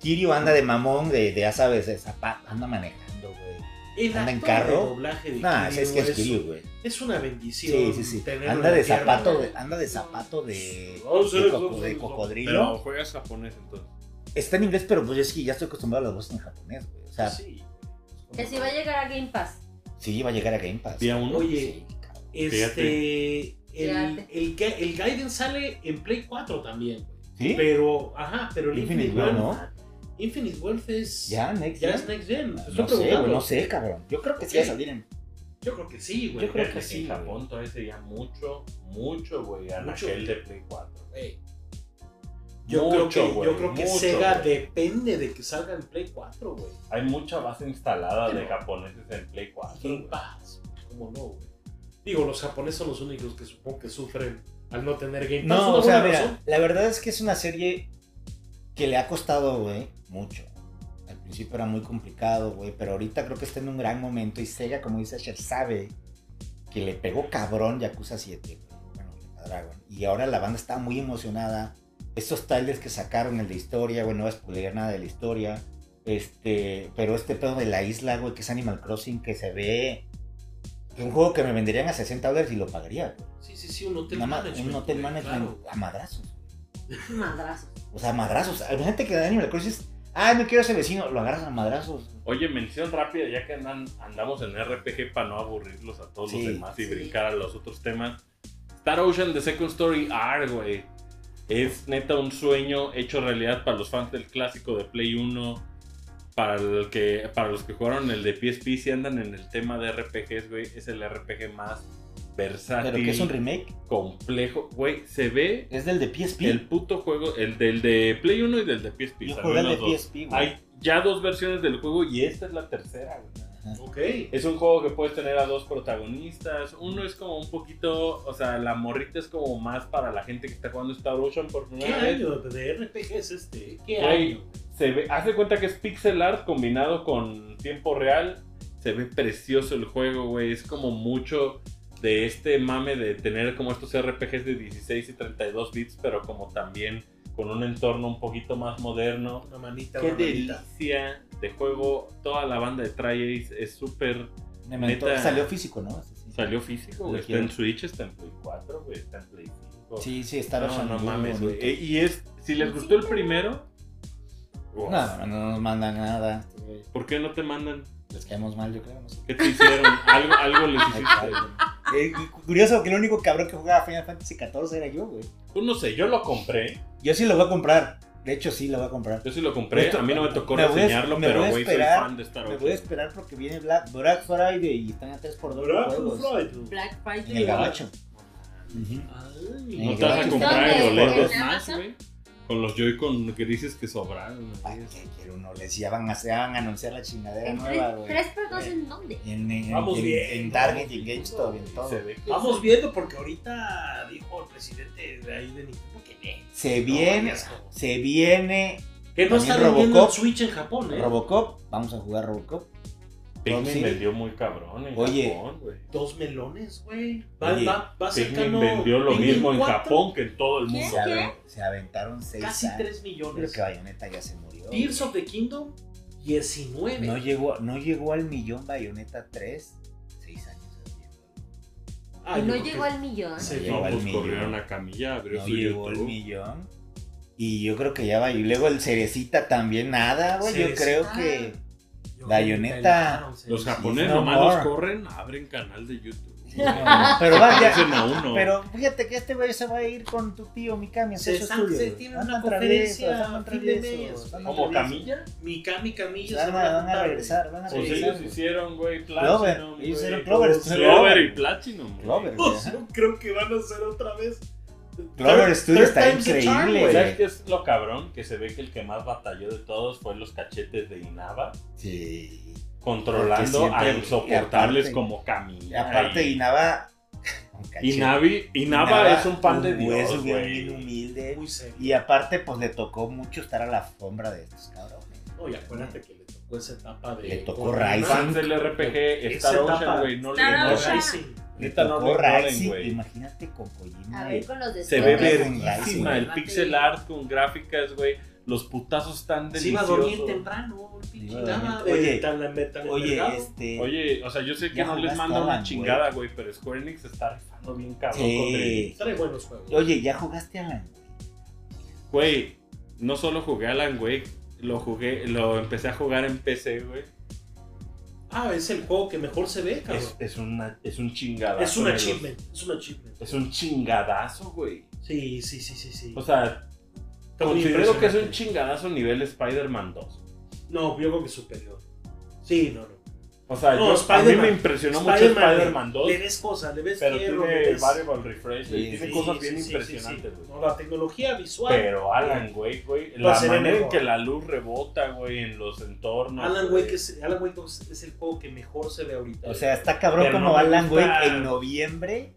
Kirio anda de mamón, de, de, ya sabes, de zapato, anda manejando, güey.
El
Anda en
actor de
carro.
doblaje de
Nah,
Kiryu
es que es Kirio, güey.
es una bendición.
Sí, sí, sí.
tenerlo
Anda
en
de
la tierra,
zapato,
güey.
de, anda de zapato de,
Vamos a
de
ver,
coco-
vamos a ver,
de cocodrilo.
Pero juegas japonés entonces.
Está en inglés, pero pues yo es que ya estoy acostumbrado a las voces en japonés, güey. O sea, sí,
Sí.
Que si va a llegar a Game Pass.
va a llegar a Game Pass.
Día uno.
Oye,
Sí, cabrón.
Este. el,
Gracias.
el, Ga- el Gaiden sale en Play 4 también, güey.
¿Sí?
Pero, ajá, pero el
Infinite
Infinite,
Wealth,
Wealth.
¿no?
Infinite Wealth es.
Ya, Next
ya
Gen.
es Next Gen. Estoy
No sé,
preguntando.
güey, no sé, cabrón. Yo creo que sí va a salir en.
Yo creo que sí, güey.
Yo creo que
en
sí, güey.
Japón todavía sería mucho, mucho, güey, a
Mucho.
aquel de Play 4.
Güey. Yo,
Mucho,
creo que,
güey,
yo creo que
mucho,
Sega
güey.
depende de que salga en Play 4, güey.
Hay mucha base instalada de
Sí.
japoneses en Play 4.
Game
güey.
Pass. ¿Cómo no, güey? Digo, los japoneses son los únicos que supongo que sufren al no tener Game Pass.
No,
¿Una
o sea,
buena
mira,
razón?
la verdad es que es una serie que le ha costado, güey, mucho. Al principio era muy complicado, güey, pero ahorita creo que está en un gran momento y Sega, como dice Asher, sabe que le pegó cabrón Yakuza 7, güey. bueno, Yakuza Dragon. Y ahora la banda está muy emocionada. Estos trailers que sacaron en la historia, güey, no voy a spoilear nada de la historia. Este, pero este pedo de la isla, güey, que es Animal Crossing, que se ve... Es un juego que me venderían a 60 dólares y lo pagaría, güey.
Sí, sí, sí, un hotel
Nada más,
management.
un hotel
güey,
management
claro.
a madrazos.
Madrazo.
O sea, madrazos. Imagínate que de Animal Crossing es, ah, no quiero a ese vecino, lo agarras a madrazos.
Oye, mención rápida, ya que andan, andamos en RPG para no aburrirlos a todos
Sí.
los demás y
Sí.
brincar a los otros temas. Star Ocean The Second Story R, güey. Es neta un sueño hecho realidad para los fans del clásico de Play 1. Para, el que, para los que jugaron el de PSP, si andan en el tema de RPGs, güey, es el RPG más versátil,
Pero que es un remake,
complejo. Güey, se ve
es del de PSP.
el puto juego, el del de Play 1 y del de PSP.
Yo
salieron
jugué el de
los dos.
PSP, güey.
Hay ya dos versiones del juego y esta es la tercera, güey.
Ajá.
Ok.
Es un juego que puedes tener a dos protagonistas. Uno es como un poquito, o sea, la morrita es como más para la gente que está jugando Star Ocean por
¿Qué
primera vez.
año de RPG es este? ¿Qué
Güey,
año?
Se ve, hace cuenta que es pixel art combinado con tiempo real. Se ve precioso el juego, güey. Es como mucho de este mame de tener como estos RPGs de 16 y 32 bits, pero como también con un entorno un poquito más moderno.
Una manita,
Qué
una manita.
delicia de juego. Toda la banda de Treyarch es súper.
Memento.
neta.
Salió físico, ¿no? Sí, sí.
Salió físico, güey.
Lo
Está
quiero.
en Switch, está en Play 4, güey. Está en Play 5.
Sí, sí, Star
no,
Ocean.
no
muy
mames, güey.
bonito.
E- Y es. Si les gustó el primero.
No,
wow,
no, no nos mandan nada.
¿Por qué no te mandan?
Les caemos mal, yo creo. No sé.
¿Qué te hicieron? Algo, algo les hiciste.
Eh, curioso que el único cabrón que jugaba Final Fantasy XIV era yo, güey.
Pues no sé, yo lo compré.
Yo sí lo voy a comprar. De hecho, sí lo voy a comprar.
Yo sí lo compré.
Esto-
A mí no me tocó
me voy a-
reseñarlo,
me voy
pero
a
güey, soy
esperar,
fan de Star
Me
Wars.
voy a esperar porque viene Black, Black Friday y están a 3x2 los
Bravo,
juegos.
Freud.
Black
En
Friday.
el gabacho. Ujú.
Ay,
¿No
Sí,
te vas a
gratis.
comprar el
¿Dónde?
boleto
¿En
Smash,
Amazon?
güey? Con los Joy-Con grises que sobraron. güey.
Ay, ¿qué quiere uno? Les ya van a, se van a anunciar la chingadera
En
nueva,
tres-
güey.
¿Tres por dos en dónde?
En, en-
Vamos
en-
bien.
en Target y en GameStop y en todo.
Se ve que-
Vamos viendo porque ahorita dijo el presidente de ahí de Nintendo que ne,
Se
no
viene,
vayas como-
se viene
Que no
También
está vendiendo el
Robocop.
Switch en Japón, ¿eh?
Robocop. Vamos a jugar Robocop.
Pikmin
Sí.
vendió muy cabrón en
Oye.
Japón, güey.
Dos melones, güey. Va,
Oye,
va, va
Pikmin
cercano.
vendió lo
Pikmin
mismo en
cuatro,
Japón que en todo el
¿Qué?
mundo.
Se, aven- se aventaron seis
Casi
años.
3
Creo
millones.
que Bayonetta ya se murió.
Tears of the Kingdom, 19.
No llegó, no llegó al millón Bayonetta 3. Seis años. haciendo.
Ah,
y
yo
no
creo
llegó
que-
al millón.
Sí.
No,
llegó al
pues
millón.
corrieron a Camilla, abrió
No
su
llegó al
YouTube.
millón. Y yo creo que ya va. Y luego el Cerecita también nada, güey. Yo
Cerecita.
creo que.
Yo
Bayonetta.
creo que
Los
pelaron,
japoneses
no
nomás
more.
los corren, abren canal de YouTube.
Pero va, ya,
Hacen a uno.
Pero fíjate que este güey se va a ir con tu tío Mikami a hacer
Se
su
están-
estudio.
se
güey.
tienen
Van a
una
entrar
conferencia
eso, van a
a
entrar
fin de
eso,
mes,
van a
¿Como
entrar
Camilla?
sí. Mikami
eso. Van
Camilla se
a,
van a
van a
juntar,
regresar, van a
Pues
Sí,
regresar.
ellos
güey.
hicieron, güey,
Clover,
Platinum.
ellos
güey.
hicieron Clover.
Clover
Clover y Platinum. güey.
Clover,
güey.
güey,
Pues,
ajá.
yo creo que van a hacer otra vez.
Clover Studio
third
está
time's the charm,
increíble,
güey.
¿Sabes qué es lo cabrón? Que se ve que el que más batalló de todos fue los cachetes de Inaba,
Sí.
controlando
Porque siempre-
a insoportables
y aparte-
como
Y
Camilla.
aparte,
y-
Inaba. un cachete.
Inabi, Inaba
Inaba,
es un pan de
un hueso
Dios,
bien
güey.
humilde.
Muy serio.
Y aparte, pues le tocó mucho estar a la sombra de estos cabrones.
No, y acuérdate que le tocó esa etapa de.
Le tocó
Corona,
Ryzen.
Fans del RPG,
Esa
Star Ocean,
etapa.
güey, no le
Star
ignoran.
Ocean.
Ryzen.
Le
Neta, no
tocó
le ignoren,
Raxi,
güey.
imagínate con
A
Kojima.
ver
güey.
con los de
Se ve
Solo
Square.
con Ryzen,
verguísima
güey.
el pixel art con gráficas, güey. Los putazos están
Se iba a dormir
deliciosos.
temprano. el pinche
Iba a dormir-
nada de
Oye,
tan la meta-
Oye,
mercado.
este.
Oye, o sea, yo sé que
Ya
no les
jugaste
manda
Alan,
una
güey.
chingada, güey, pero Square Enix está rifando bien cabrón contra
Sí.
Trae buenos juegos.
Oye, ¿ya jugaste a la.?
Güey, no solo jugué Alan Wake, lo jugué, lo empecé a jugar en PC, güey.
Ah, es el juego que mejor se ve, cabrón.
Es,
Es,
es una, es un chingadazo.
un
de los-
achievement, es un achievement.
Es un chingadazo, güey.
Sí, sí, sí, sí, sí.
O sea,
Está muy
Pues, considero que es un
impresionante.
chingadazo nivel Spider-Man 2.
No, yo creo que superior. Sí, no, no.
O sea,
No,
yo- a mí
Spider-Man.
me impresionó mucho
Spider-Man, eh,
Spider-Man 2,
Le ves cosas, le ves
pero
hierro,
tiene
le ves-
variable refresh
Sí,
y tiene
sí,
cosas
sí,
bien
sí, sí,
impresionantes,
sí, sí.
güey.
No, la tecnología visual.
Pero Alan Wake, güey,
Va a
la
ser
manera en
mejor.
que la luz rebota, güey, en los entornos.
Alan Wake, es, Alan Wake es, es el juego que mejor se ve ahorita.
O sea, está cabrón
Pero
como
no me
Alan
gusta.
Wake en noviembre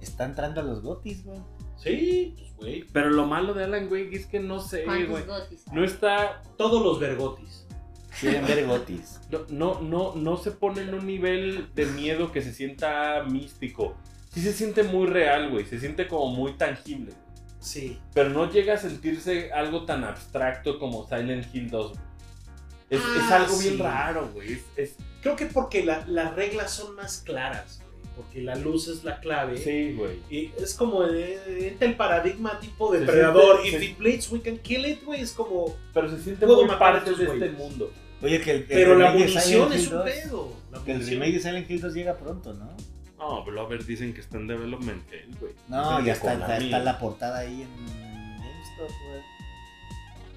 está entrando a los gotis, güey.
sí, pues güey.
Pero lo malo de Alan Wake es que no sé, güey.
¿Cuántos gotis?
No está
Todos los vergotis.
Quieren ver gotis.
No, no, no, no se pone en un nivel de miedo que se sienta místico. Sí se siente muy real, güey. Se siente como muy tangible.
Sí.
Pero no llega a sentirse algo tan abstracto como Silent Hill 2. güey. Es, es
Ah,
algo
sí.
bien raro, güey. Es, es-
Creo que porque la- las reglas son más claras, güey, porque la luz es la clave.
sí, güey.
Y es como eh, entra el paradigma tipo de
Se
predador.
siente-
If
se-
it bleeds, we can kill it, güey. Es como.
Pero se siente
Puedo
muy
matar a
parte
estos
de
güeyes.
este mundo.
Oye, que el, el
Pero la
remake de Silent
munición es
Hill
un
2,
pedo. La
Que el
munición-
remake de Silent Hill 2 llega pronto, ¿no?
No, pero a ver, dicen que está en development, güey.
No, ya
Dicen que
está, está,
Konami-
está la portada ahí en GameStop, güey.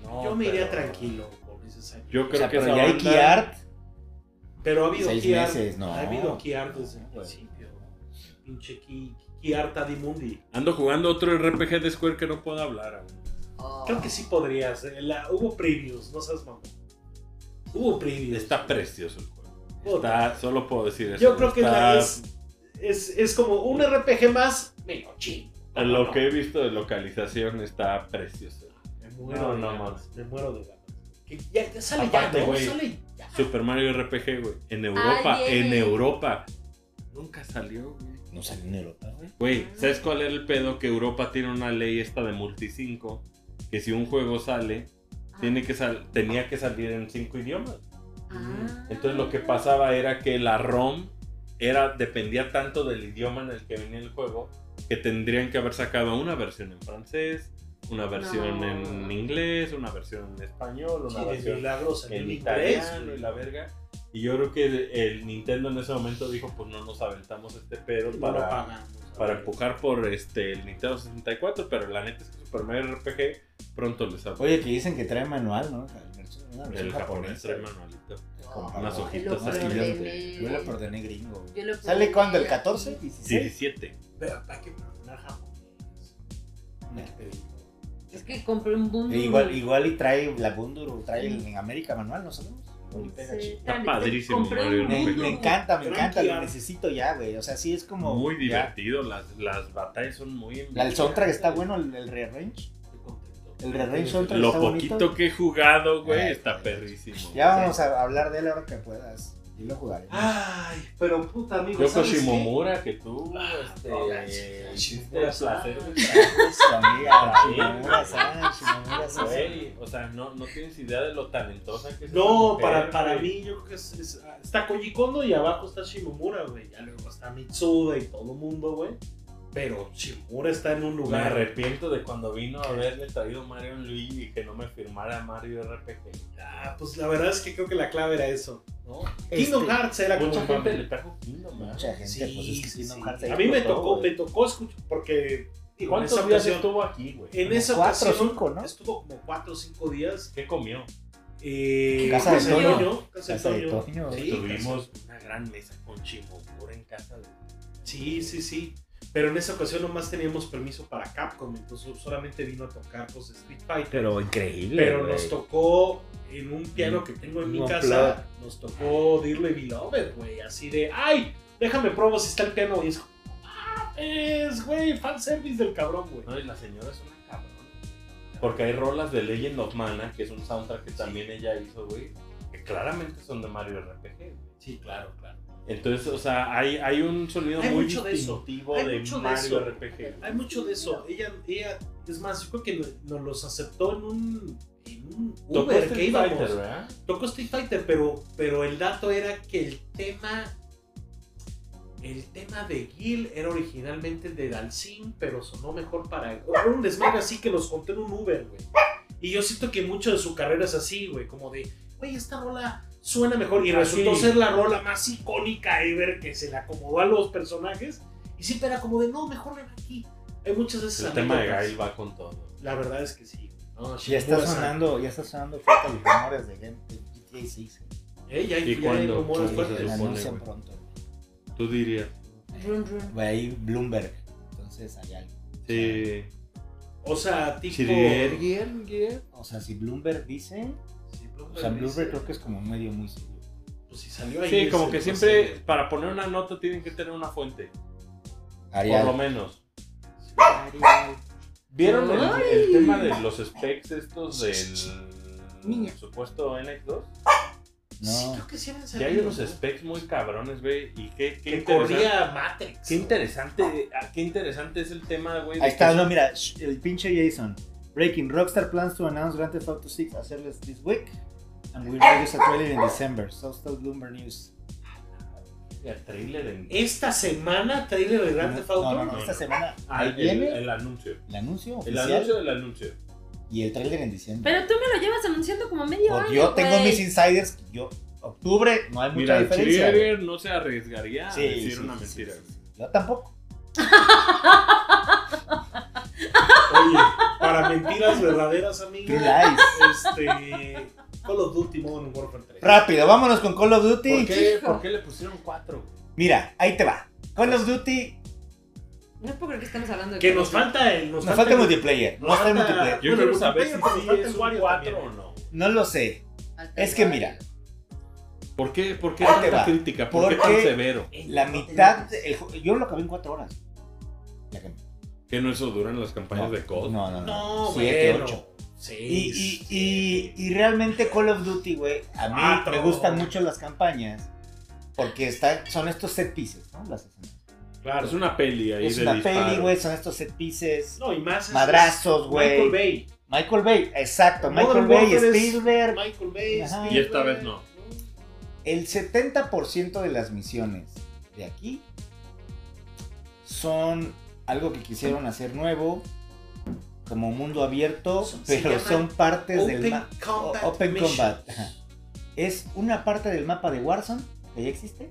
No,
Yo me iría
pero-
tranquilo con ese Silent
Yo
O
creo
sea,
que
pero
esa
ya hay
banda-
key art.
Pero ha habido
Seis
key art-
meses, no.
Ha habido key art desde
No, güey.
el
Pues.
principio. Pinche key, key art adimundi.
Ando jugando otro RPG de Square que no puedo hablar aún.
Oh.
Creo que sí podrías. eh, la- hubo previews, no seas mamón. Hubo previews.
Está precioso el juego.
Puta.
Está, solo puedo decir eso.
Yo creo que es la-
Está-
es, es, es como un RPG más. Me lo chingo.
en Lo
No,
que he visto de localización está precioso.
Me muero
No,
de
no,
ganas. Me muero de ganas. Que ya, ya sale
Aparte,
ya, ¿no?
güey.
Sale ya.
Super Mario RPG, güey. En Europa,
Ay,
en
eh.
Europa. Nunca salió, güey.
No salió en Europa, güey.
Güey,
Ah.
¿sabes cuál era el pedo? Que Europa tiene una ley esta de multi 5 que si un juego sale,
Ah.
tiene que sal- tenía que salir en cinco idiomas.
Ah.
Entonces lo que pasaba era que la ROM era, dependía tanto del idioma en el que venía el juego que tendrían que haber sacado una versión en francés, una versión
No.
en inglés, una versión en español, una
Sí, de
versión
milagro salió
en
en
italiano y
inglés.
la verga. Y yo creo que el, el Nintendo en ese momento dijo, pues no nos aventamos este pedo
güey. No lo
para,
pagamos.
para empujar por este, el Nintendo 64, pero la neta es que Super Mario RPG pronto les abre
Oye, que dicen que trae manual, ¿no? Una versión
el japonés
japonesa.
trae manualito.
Wow.
unas hojitas
Lo
así,
ordené.
Yo lo ordené gringo. güey.
Yo lo
¿Sale
ordené.
cuándo? ¿El 14?
Sí,
16.
17.
Pero para que perdonar japonés. Hay que pedirlo.
Es que compré un boom.
E Igual, igual y trae la Bunduru, trae el- en América manual, no sabemos. Igual y pega chido.
Está padrísimo,
Compré un
Mario
Me,
RPG.
Bundu.
me encanta, me
Pero
encanta,
aquí
lo
ya-
necesito ya, güey. O sea, sí es como.
Muy
ya.
divertido, las, las batallas son muy...
La- El soundtrack está bueno, el, el rearrange.
Estoy contento.
El rearrange soundtrack
Lo
está
poquito
bonito.
que he jugado, güey,
Ay,
está
güey.
perrísimo.
Ya vamos a hablar de él ahora que puedas. Y lo jugaré.
Ah.
Ay, pero puta, amigo.
Yoko
¿sabes qué?
Shimomura, que tú,
Ah,
este,
no, la
eh,
chica,
hiciste
Shimomura,
placer.
Su amiga,
Sí.
Shimomura-san, Shimomura-san.
Güey, o sea, no, no tienes idea de lo talentosa que es. esa
No,
mujer,
para, para
güey.
mí yo creo que es, es- está Koji Kondo y abajo está Shimomura, güey. Ya luego está Mitsuda y todo el mundo, güey. Pero Shimomura está en un
Me
lugar.
arrepiento de cuando vino a haberle traído Mario en Luigi y que no me firmara Mario RPG.
Ah, pues la verdad es que creo que la clave era eso, ¿no?
Este,
Kingdom Hearts era como
Mucha
un mame.
gente le trajo Kingdom Hearts.
Mucha gente,
Sí,
pues es que
sí,
Kingdom
sí.
Hearts ahí
A mí me
explotó,
tocó,
güey.
me tocó escuchar, porque
¿Y
en
cuántos
esa
días
ocasión-
estuvo aquí, güey?
en
Como
esa
cuatro o
ocasión
cinco, ¿no?
estuvo como cuatro o cinco días.
¿Qué comió?
Eh,
Casa de Toño.
Casa de
Casa de
Toño.
Toño.
Sí.
pues,
Tuvimos una gran mesa con Shimomura en casa de
Sí, sí, sí. Pero en esa ocasión nomás teníamos permiso para Capcom, entonces solamente vino a tocar pues, Street Fighter.
Pero increíble.
Pero nos tocó en un piano que tengo en mi
No,
casa, nos tocó Dearly Beloved, güey, así de, ay, déjame probo si está el piano, y es como, "Ah, es, güey, fanservice del cabrón, güey.
No, y la señora es una cabrón. Porque hay rolas de Legend of Mana, que es un soundtrack que también ella hizo, güey, que claramente son de Mario RPG. güey.
Sí, claro, claro.
Entonces, o sea, hay, hay un sonido
Hay
muy
mucho de eso.
distintivo
Hay
de,
mucho de
Mario
eso.
RPG. güey.
Hay mucho de eso, ella, ella, es más, yo creo que no- nos los aceptó en un, en un
Tocó
Uber
Street
que íbamos.
Fighter, ¿verdad?
tocó Street Fighter, pero, pero el dato era que el tema. El tema de Gil era originalmente de Dalsin, pero sonó mejor para. Era un desmadre así que los conté en un Uber, güey. Y yo siento que mucho de su carrera es así, güey. Como de, güey, esta rola suena mejor y
Ah,
resultó
sí.
ser la rola más icónica ever que se le acomodó a los personajes y siempre era como de no, mejor ven aquí. Hay muchas veces
El tema de
anécdotas.
Gail va con todo.
La verdad es que sí. No,
Ya está
Shimura-san.
sonando, ya está sonando fuerte los rumores de gente de GTA 6.
Eh, ya hay,
¿Y
ya hay
cuándo?
rumores
¿Cuándo se
La
fuertes.
supone?
anuncian
güey.
pronto.
Tú dirías.
Run, run.
Güey, ahí Bloomberg. Entonces hay algo.
Sí.
O sea, tipo.
Chirier,
O sea, si Bloomberg dice.
Sí,
O sea, Bloomberg
dice,
creo que es como un medio muy serio.
Pues si salió ahí.
Sí,
es
como
el-
que
es
siempre
el-
para poner una nota tienen que tener una fuente. Por lo
Arial.
menos.
Arial.
¿Vieron el,
Ay.
el tema de los specs estos del
Niña.
supuesto NX2?
Sí,
No.
creo que sí habían
Ya hay
salido.
unos
¿no?
specs muy cabrones, güey. Y qué, qué
Que
interesante.
corría Matrix.
Qué
¿no?
interesante, ah, qué interesante es el tema, güey. de
Ahí está,
que-
no, mira, sh- el pinche Jason. Breaking Rockstar plans to announce Grand Theft Auto 6 as early as this week. And we'll release a trailer in December. So still Bloomberg News.
El trailer en-
¿Eh?
Esta semana, trailer de Grand Theft
no, no,
Auto.
no,
No,
esta
no.
semana ahí
al- Ah, el,
viene el,
el anuncio.
anuncio
El
oficial
anuncio del anuncio.
y el trailer en diciembre.
Pero tú me lo llevas anunciando como medio
O
año.
Pues yo tengo
güey.
mis insiders. que Yo, octubre, no hay mucha
Mira,
diferencia. güey.
Chirier no se arriesgaría a decir una
sí,
mentira.
sí, sí. Yo tampoco.
Oye, para mentiras verdaderas, amigo.
True lies.
Este. Call of Duty Modern Warfare 3.
Rápido, vámonos con Call of Duty.
¿Por qué,
hijo.
por qué le pusieron cuatro? güey?
Mira, ahí te va. Call of Duty,
No puedo creer que estamos hablando de
Que
Call
nos
of Duty.
falta el.
nos falta el multiplayer.
nos
No está el
falta-
multiplayer.
Yo
Bueno,
quiero
el
saber si sí
multiplayer, pero falta
es
el
un
Wario
cuatro
también.
o no.
No lo sé.
Falta
Es que
el-
mira,
¿Por qué, por qué
Ahí te
tanta
va.
crítica? ¿Por,
¿Por
qué tan
qué?
severo?
La mitad. de- el ju- yo lo acabé en cuatro horas. La que-
Que no eso duran las campañas de COD.
No, no, no.
No, Este.
Siete,
bueno.
ocho.
Sí.
Y, y,
sí.
y, y realmente Call of Duty, güey, a mí
Cuatro.
me gustan mucho las campañas porque está, son estos set pieces, ¿no? Las escenas.
Claro.
Es una peli ahí
es
de
una
disparo.
peli, güey, son estos set pieces.
No, y más. es-
Madrazos,
Michael
güey.
Bay.
Michael Bay, exacto.
Modern
Michael Bay,
Warfare es-
Spielberg.
Michael Bay.
Ajá.
Spielberg.
Y esta vez no.
El 70% de las misiones de aquí son algo que quisieron hacer nuevo, como mundo abierto,
Se
pero
llaman
son partes Este del
Open
mapa.
Combat.
Open
Missions.
Combat. ajá. Es una parte del mapa de Warzone que ya existe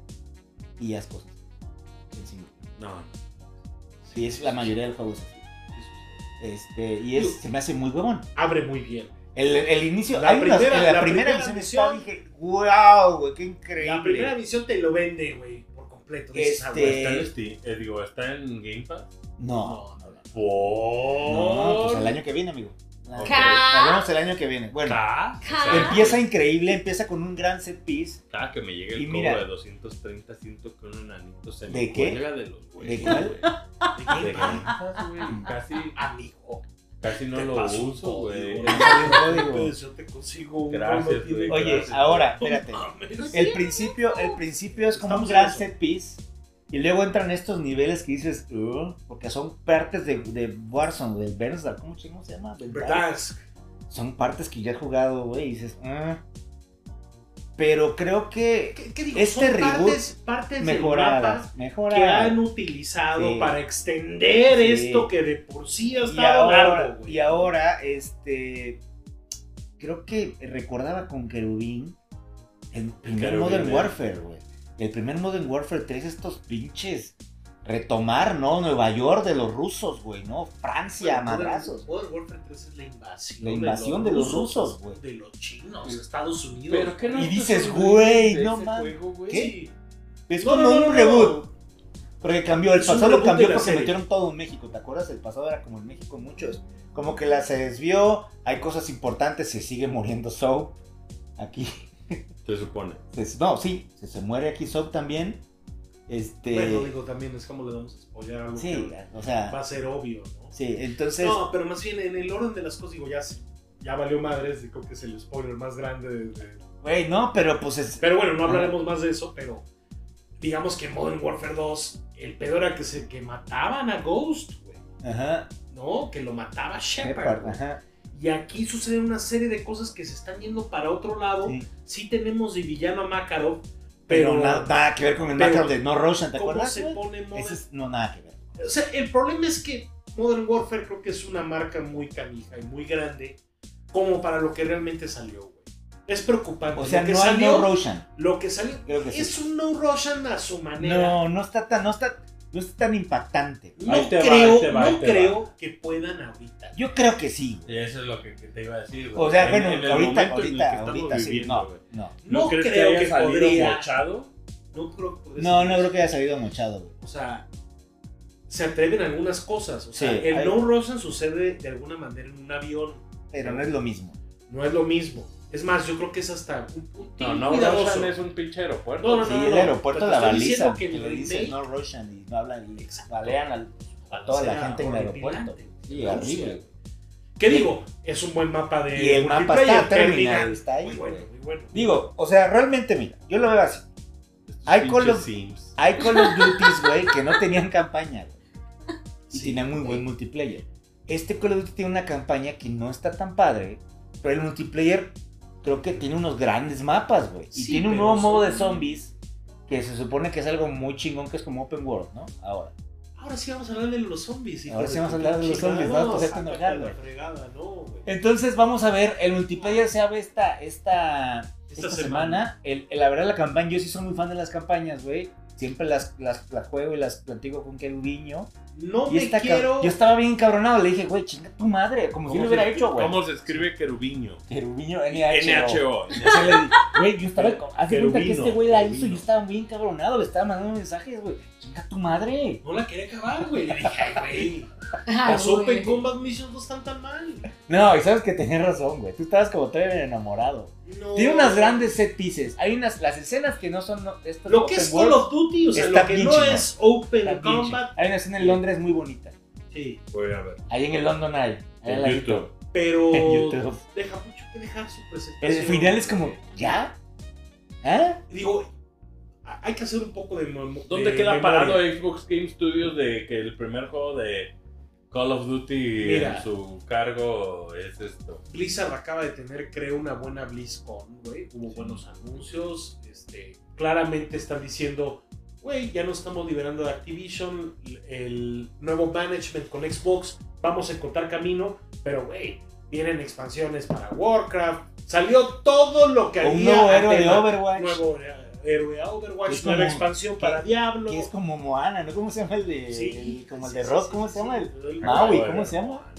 y haz cosas. en single.
No,
Y es la mayoría del juego. es así. Este, y es, se me hace muy huevón.
Abre muy bien.
El, el inicio,
La
hay unas-
primera-
en la,
la
primera,
primera
misión está,
misión-
dije, wow, güey, qué increíble.
La primera misión te lo vende, güey, por completo. Dices, ah, güey,
Este-
Está en Steam, eh, digo, está en Game Pass.
No,
No, no, no.
no, pues
Por.
el año que viene, amigo. Nada.
Ok.
Ah,
Hablamos el año que viene. Bueno,
K.
K.
empieza increíble, empieza con un gran set piece.
K, que me llegue el
Y
cobro
mira.
de 230, siento que un enanito se me
¿De qué?
cuelga de los güeyes.
¿De cuál?
güey.
¿De
De
qué?
Game Pass, güey. Casi,
Amigo.
casi no
te
lo
paso un
uso, güey.
código,
Código.
Pues yo te consigo un
Gracias,
bono, tiene-
güey.
Oye,
Gracias.
ahora, espérate.
No mames.
Pues sí,
El principio, el principio es como
Estamos
un
en
gran
eso.
set piece. Y luego entran estos niveles que dices, "Uh", porque son partes de, de Warzone, del Berserk, ¿cómo chingo se llama? Del Dark.
¿Verdad?
Son partes que ya he jugado, güey, y dices, "Ah". Pero creo que
¿Qué, qué digo?
Este
Son
reboot
partes, partes del mapa
mejoradas,
que
mejoradas.
han utilizado
Sí.
para extender
Sí.
esto que de por sí ha
y
estado
ahora,
largo, güey.
y ahora, este, creo que recordaba con Querubín el primer
Querubín,
Modern
eh.
Warfare, güey. El primer Modern Warfare 3, estos pinches. Retomar, ¿no? Nueva York de los rusos, güey, ¿no? Francia,
Bueno,
madrazos.
Modern Warfare 3 es la invasión.
La invasión de los rusos, güey.
De los chinos, Estados Unidos.
Pero que no
Y
estás
dices,
orgulloso
güey,
de
no
ese
mames.
juego, güey?
¿Qué?
Sí.
Es
No,
como
no, no,
un
no,
reboot. Porque cambió, el
Es un
pasado
reboot de
cambió
la
porque
serie.
metieron todo en México, ¿te acuerdas? El pasado era como en México en muchos. Como que la se desvió, hay cosas importantes, se sigue muriendo Soap. Aquí
Se supone.
Se- no, sí, se, se muere aquí Soap también. Este.
Bueno, digo, también es como le vamos a spoiler algo
sí,
que
o
va
sea.
a ser obvio, ¿no?
Sí, entonces.
No, pero más bien en el orden de las cosas, digo, ya, se- ya valió madres, digo que es el spoiler más grande. de- de-
Güey, no, pero pues es.
Pero bueno, no hablaremos más de eso, pero digamos que Modern Warfare 2, el pedo era que, se, que mataban a Ghost, güey,
Ajá.
¿no? Que lo mataba Shepard.
Shepard,
güey.
ajá.
Y aquí suceden una serie de cosas que se están yendo para otro lado. Sí,
sí.
tenemos de villano a Makarov,
Pero,
pero,
nada, nada que ver con el
pero-
background de No Roshan, ¿te
¿cómo
acuerdas?
se
güey?
pone Modern
Ese es, no, nada que ver.
O sea, el problema es que Modern Warfare creo que es una marca muy canija y muy grande como para lo que realmente salió, güey. Es preocupante.
O sea,
lo que
no hay
salió,
no Roshan.
lo que salió
Creo que sí.
es un no Roshan a su manera.
No, no está tan, no está, no está tan impactante.
No,
Ahí te va,
creo,
ahí te va, ahí
no
te va.
creo que puedan ahorita.
Yo creo que sí. güey.
Y eso es lo que, que te iba a decir, güey.
O sea,
En-
bueno,
en el
ahorita,
momento en el que
ahorita,
estamos
ahorita sí.
viviendo,
No,
güey.
no.
No,
crees
creo que,
haya salido
podría.
mochado?
No creo que podría
No,
ser
no
eso.
creo que haya salido mochado, güey.
O sea, se atreven a algunas cosas. O sea,
Sí,
el
hay-
no Rosen sucede de alguna manera en un avión.
Pero no es lo mismo.
No es lo mismo. Es más, yo creo que es hasta un puntín
No, no,
cuidadoso.
Roshan es un pinche aeropuerto.
No, no,
Sí,
no.
el aeropuerto
pero
la
te estoy diciendo
baliza.
que el
Le dicen
remake-
no Roshan y no hablan y balean al- a toda
O
la
sea,
gente en el
horripilante.
aeropuerto. Sí, horrible. güey.
¿Qué digo? Es un buen mapa de
Y el mapa está
multiplayer,
terminado, está ahí,
Muy bueno,
güey.
muy bueno.
Digo, o sea, realmente, mira, yo lo veo así. Hay
Pinches
Call of-
Sims.
Hay Call of Duties, güey, que no tenían campaña, güey. Y
Sí,
tenían muy
güey.
buen multiplayer. Este Call of Duty tiene una campaña que no está tan padre, pero el multiplayer creo que tiene unos grandes mapas, güey. Y
Sí,
tiene un
pero
nuevo modo de
son-
zombies que se supone que es algo muy chingón, que es como Open World, ¿no? Ahora.
Ahora sí vamos a hablar de los zombies. hijo
Ahora
de
sí vamos
tu
a hablar de los
chingada.
zombies, vamos a pasar
sácate
con Nogales.
la fregada, no, güey.
Entonces vamos a ver, el multiplayer se abre esta, esta, esta, semana. El- el- la verdad, la campaña, yo sí soy muy fan de las campañas, güey. Siempre las, las, las juego y las platico con Kerubiño.
No
Y
me
esta cab-
quiero.
Yo estaba bien encabronado, le dije, güey, chinga tu madre, como si lo
se-
hubiera hecho, güey.
¿Cómo se escribe querubiño?
Kerubiño
NHO.
Se le di- Güey, yo estaba. Haz de cuenta que
Querubino,
este güey la hizo
querubino.
y yo estaba bien cabronado. Le estaba mandando mensajes, güey. Chinga tu madre.
No la quería acabar, güey. Le dije, ay, güey.
Ay,
Las Open
güey.
Combat Missions no están tan mal.
No, y sabes que tenías razón, güey. Tú estabas como todavía enamorado.
No.
Tiene unas grandes set pieces. Hay unas. Las escenas que no son. no- estas
Lo que
open
es
world
Call of Duty, o sea,
está
lo que
bien
no
chingón.
es Open
están bien
Combat.
chidas. Hay una escena en Londres muy bonita.
Sí.
Voy a ver.
Ahí en el London Eye. Ahí al
En
ladito.
YouTube.
Pero.
En YouTube.
Deja mucho que dejar su presentación.
El final es como. ¿Ya? ¿Ah?
Digo, a- hay que hacer un poco de. memo-
¿Dónde
de
queda
memoria.
parado Xbox Game Studios de que el primer juego de Call of Duty
Mira.
en su cargo es esto?
Blizzard acaba de tener, creo, una buena BlizzCon, güey. Hubo buenos anuncios. Este, claramente están diciendo, güey, ya nos estamos liberando de Activision, el nuevo management con Xbox, vamos a encontrar camino, pero, güey, vienen expansiones para Warcraft. Salió todo lo que
Un
había.
nuevo
a
héroe de
tema.
Overwatch.
Nuevo eh, héroe a Overwatch,
Es
nueva
como-
expansión
que-
para Diablo.
Que es como Moana, ¿no? ¿Cómo se llama el de. el- como el de
sí,
Rock,
sí,
¿cómo
sí,
se llama?
sí,
el-
el-
Maui,
el-
¿cómo se llama?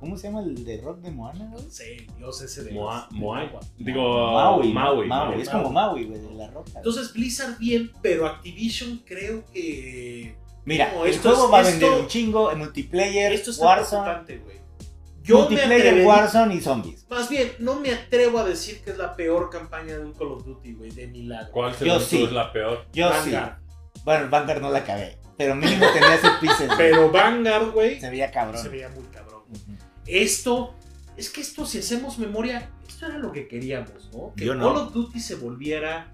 ¿Cómo se llama el de Rock de Moana, güey?
No sé, el dios ese de
Moa-
de
Moai.
agua.
Digo,
Maui,
Maui.
¿no?
Maui.
Maui, es como Maui,
Maui.
güey, de la roca. güey.
Entonces Blizzard bien, pero Activision creo que
Mira,
no,
el
esto es-
juego va a
esto-
vender un chingo en multiplayer,
esto está
Warzone,
preocupante, güey. Yo me
multiplayer,
atrevería-
Warzone y zombies.
más bien, no me atrevo a decir que es la peor campaña de un Call of Duty, güey, de milagro.
¿Cuál
Yo
según tú
sí.
es la peor?
Yo
Vanguard.
sí. Bueno, Vanguard no la acabé, pero mínimo tenía ese pieces. güey.
Pero Vanguard, güey,
se veía cabrón.
se veía muy cabrón.
Ujú.
Esto, es que esto, si hacemos memoria, esto era lo que queríamos, ¿no? Que
Yo no.
Call of Duty se volviera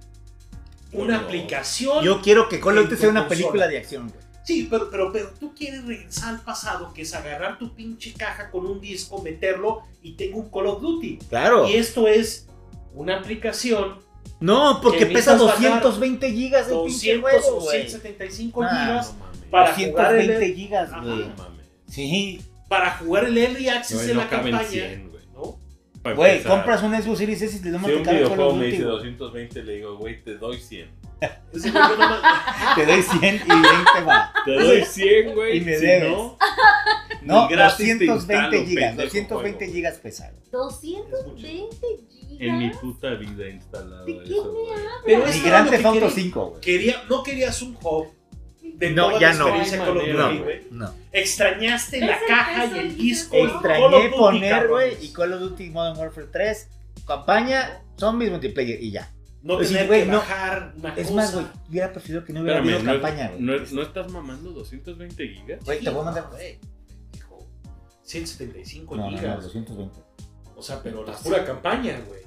Yo
una
no.
aplicación.
Yo quiero que Call of Duty
En tu
sea una
consola.
película de acción, güey.
Sí, pero, pero, pero tú quieres regresar al pasado, que es agarrar tu pinche caja con un disco, meterlo y tengo un Call of Duty.
Claro.
Y esto es una aplicación,
No, porque
que
pesa
necesitas bajar
220 gigas el pinche
200
juego,
o
güey.
175
Ah,
gigas,
mames.
para jugar el-
220 gigas,
Ajá.
güey.
No mames.
Sí,
para jugar el Early
No,
Access
y
en
no
la
caben
campaña.
100, güey.
¿no?
Para
güey,
empezar,
compras un Xbox Series S y te lo
Si un
cada Call
videojuego
of
me dice
Duty, güey.
220, le digo, güey, te doy 100.
Es decir, yo nomás-
Te doy 100 y 20 más.
Te doy 100, güey.
Y me
si
debes.
no,
No,
ni gratis
220
te instalo,
gigas,
pendejo,
220
juego.
gigas pesado.
220 gigas.
En mi puta vida he instalado
¿De qué
eso, güey.
pero
Ni Grand
esto era lo
Theft
que
Auto
quería-
5, güey.
quería- no querías un hub de
No,
toda
ya
la
no.
experiencia
No hay
Call of
manera,
Duty,
No,
güey.
no.
Extrañaste
Ves
la
el
caja
peso
y el
del
disco.
Call of
Extrañé
Duty,
poner,
cabrones.
güey, y Call of Duty Modern Warfare 3, campaña, zombies, multiplayer y ya.
No
Es decir, Pues
tener
güey,
que
no.
bajar una
Es
cosa.
más, güey, hubiera preferido que no hubiera
Espérame,
habido
no,
campaña, güey.
no, no estás mamando 220 gigas?
Güey, te voy a mandar.
Güey, hijo, 175
No, no,
gigas.
no, 220.
O sea, pero la pura campaña, güey.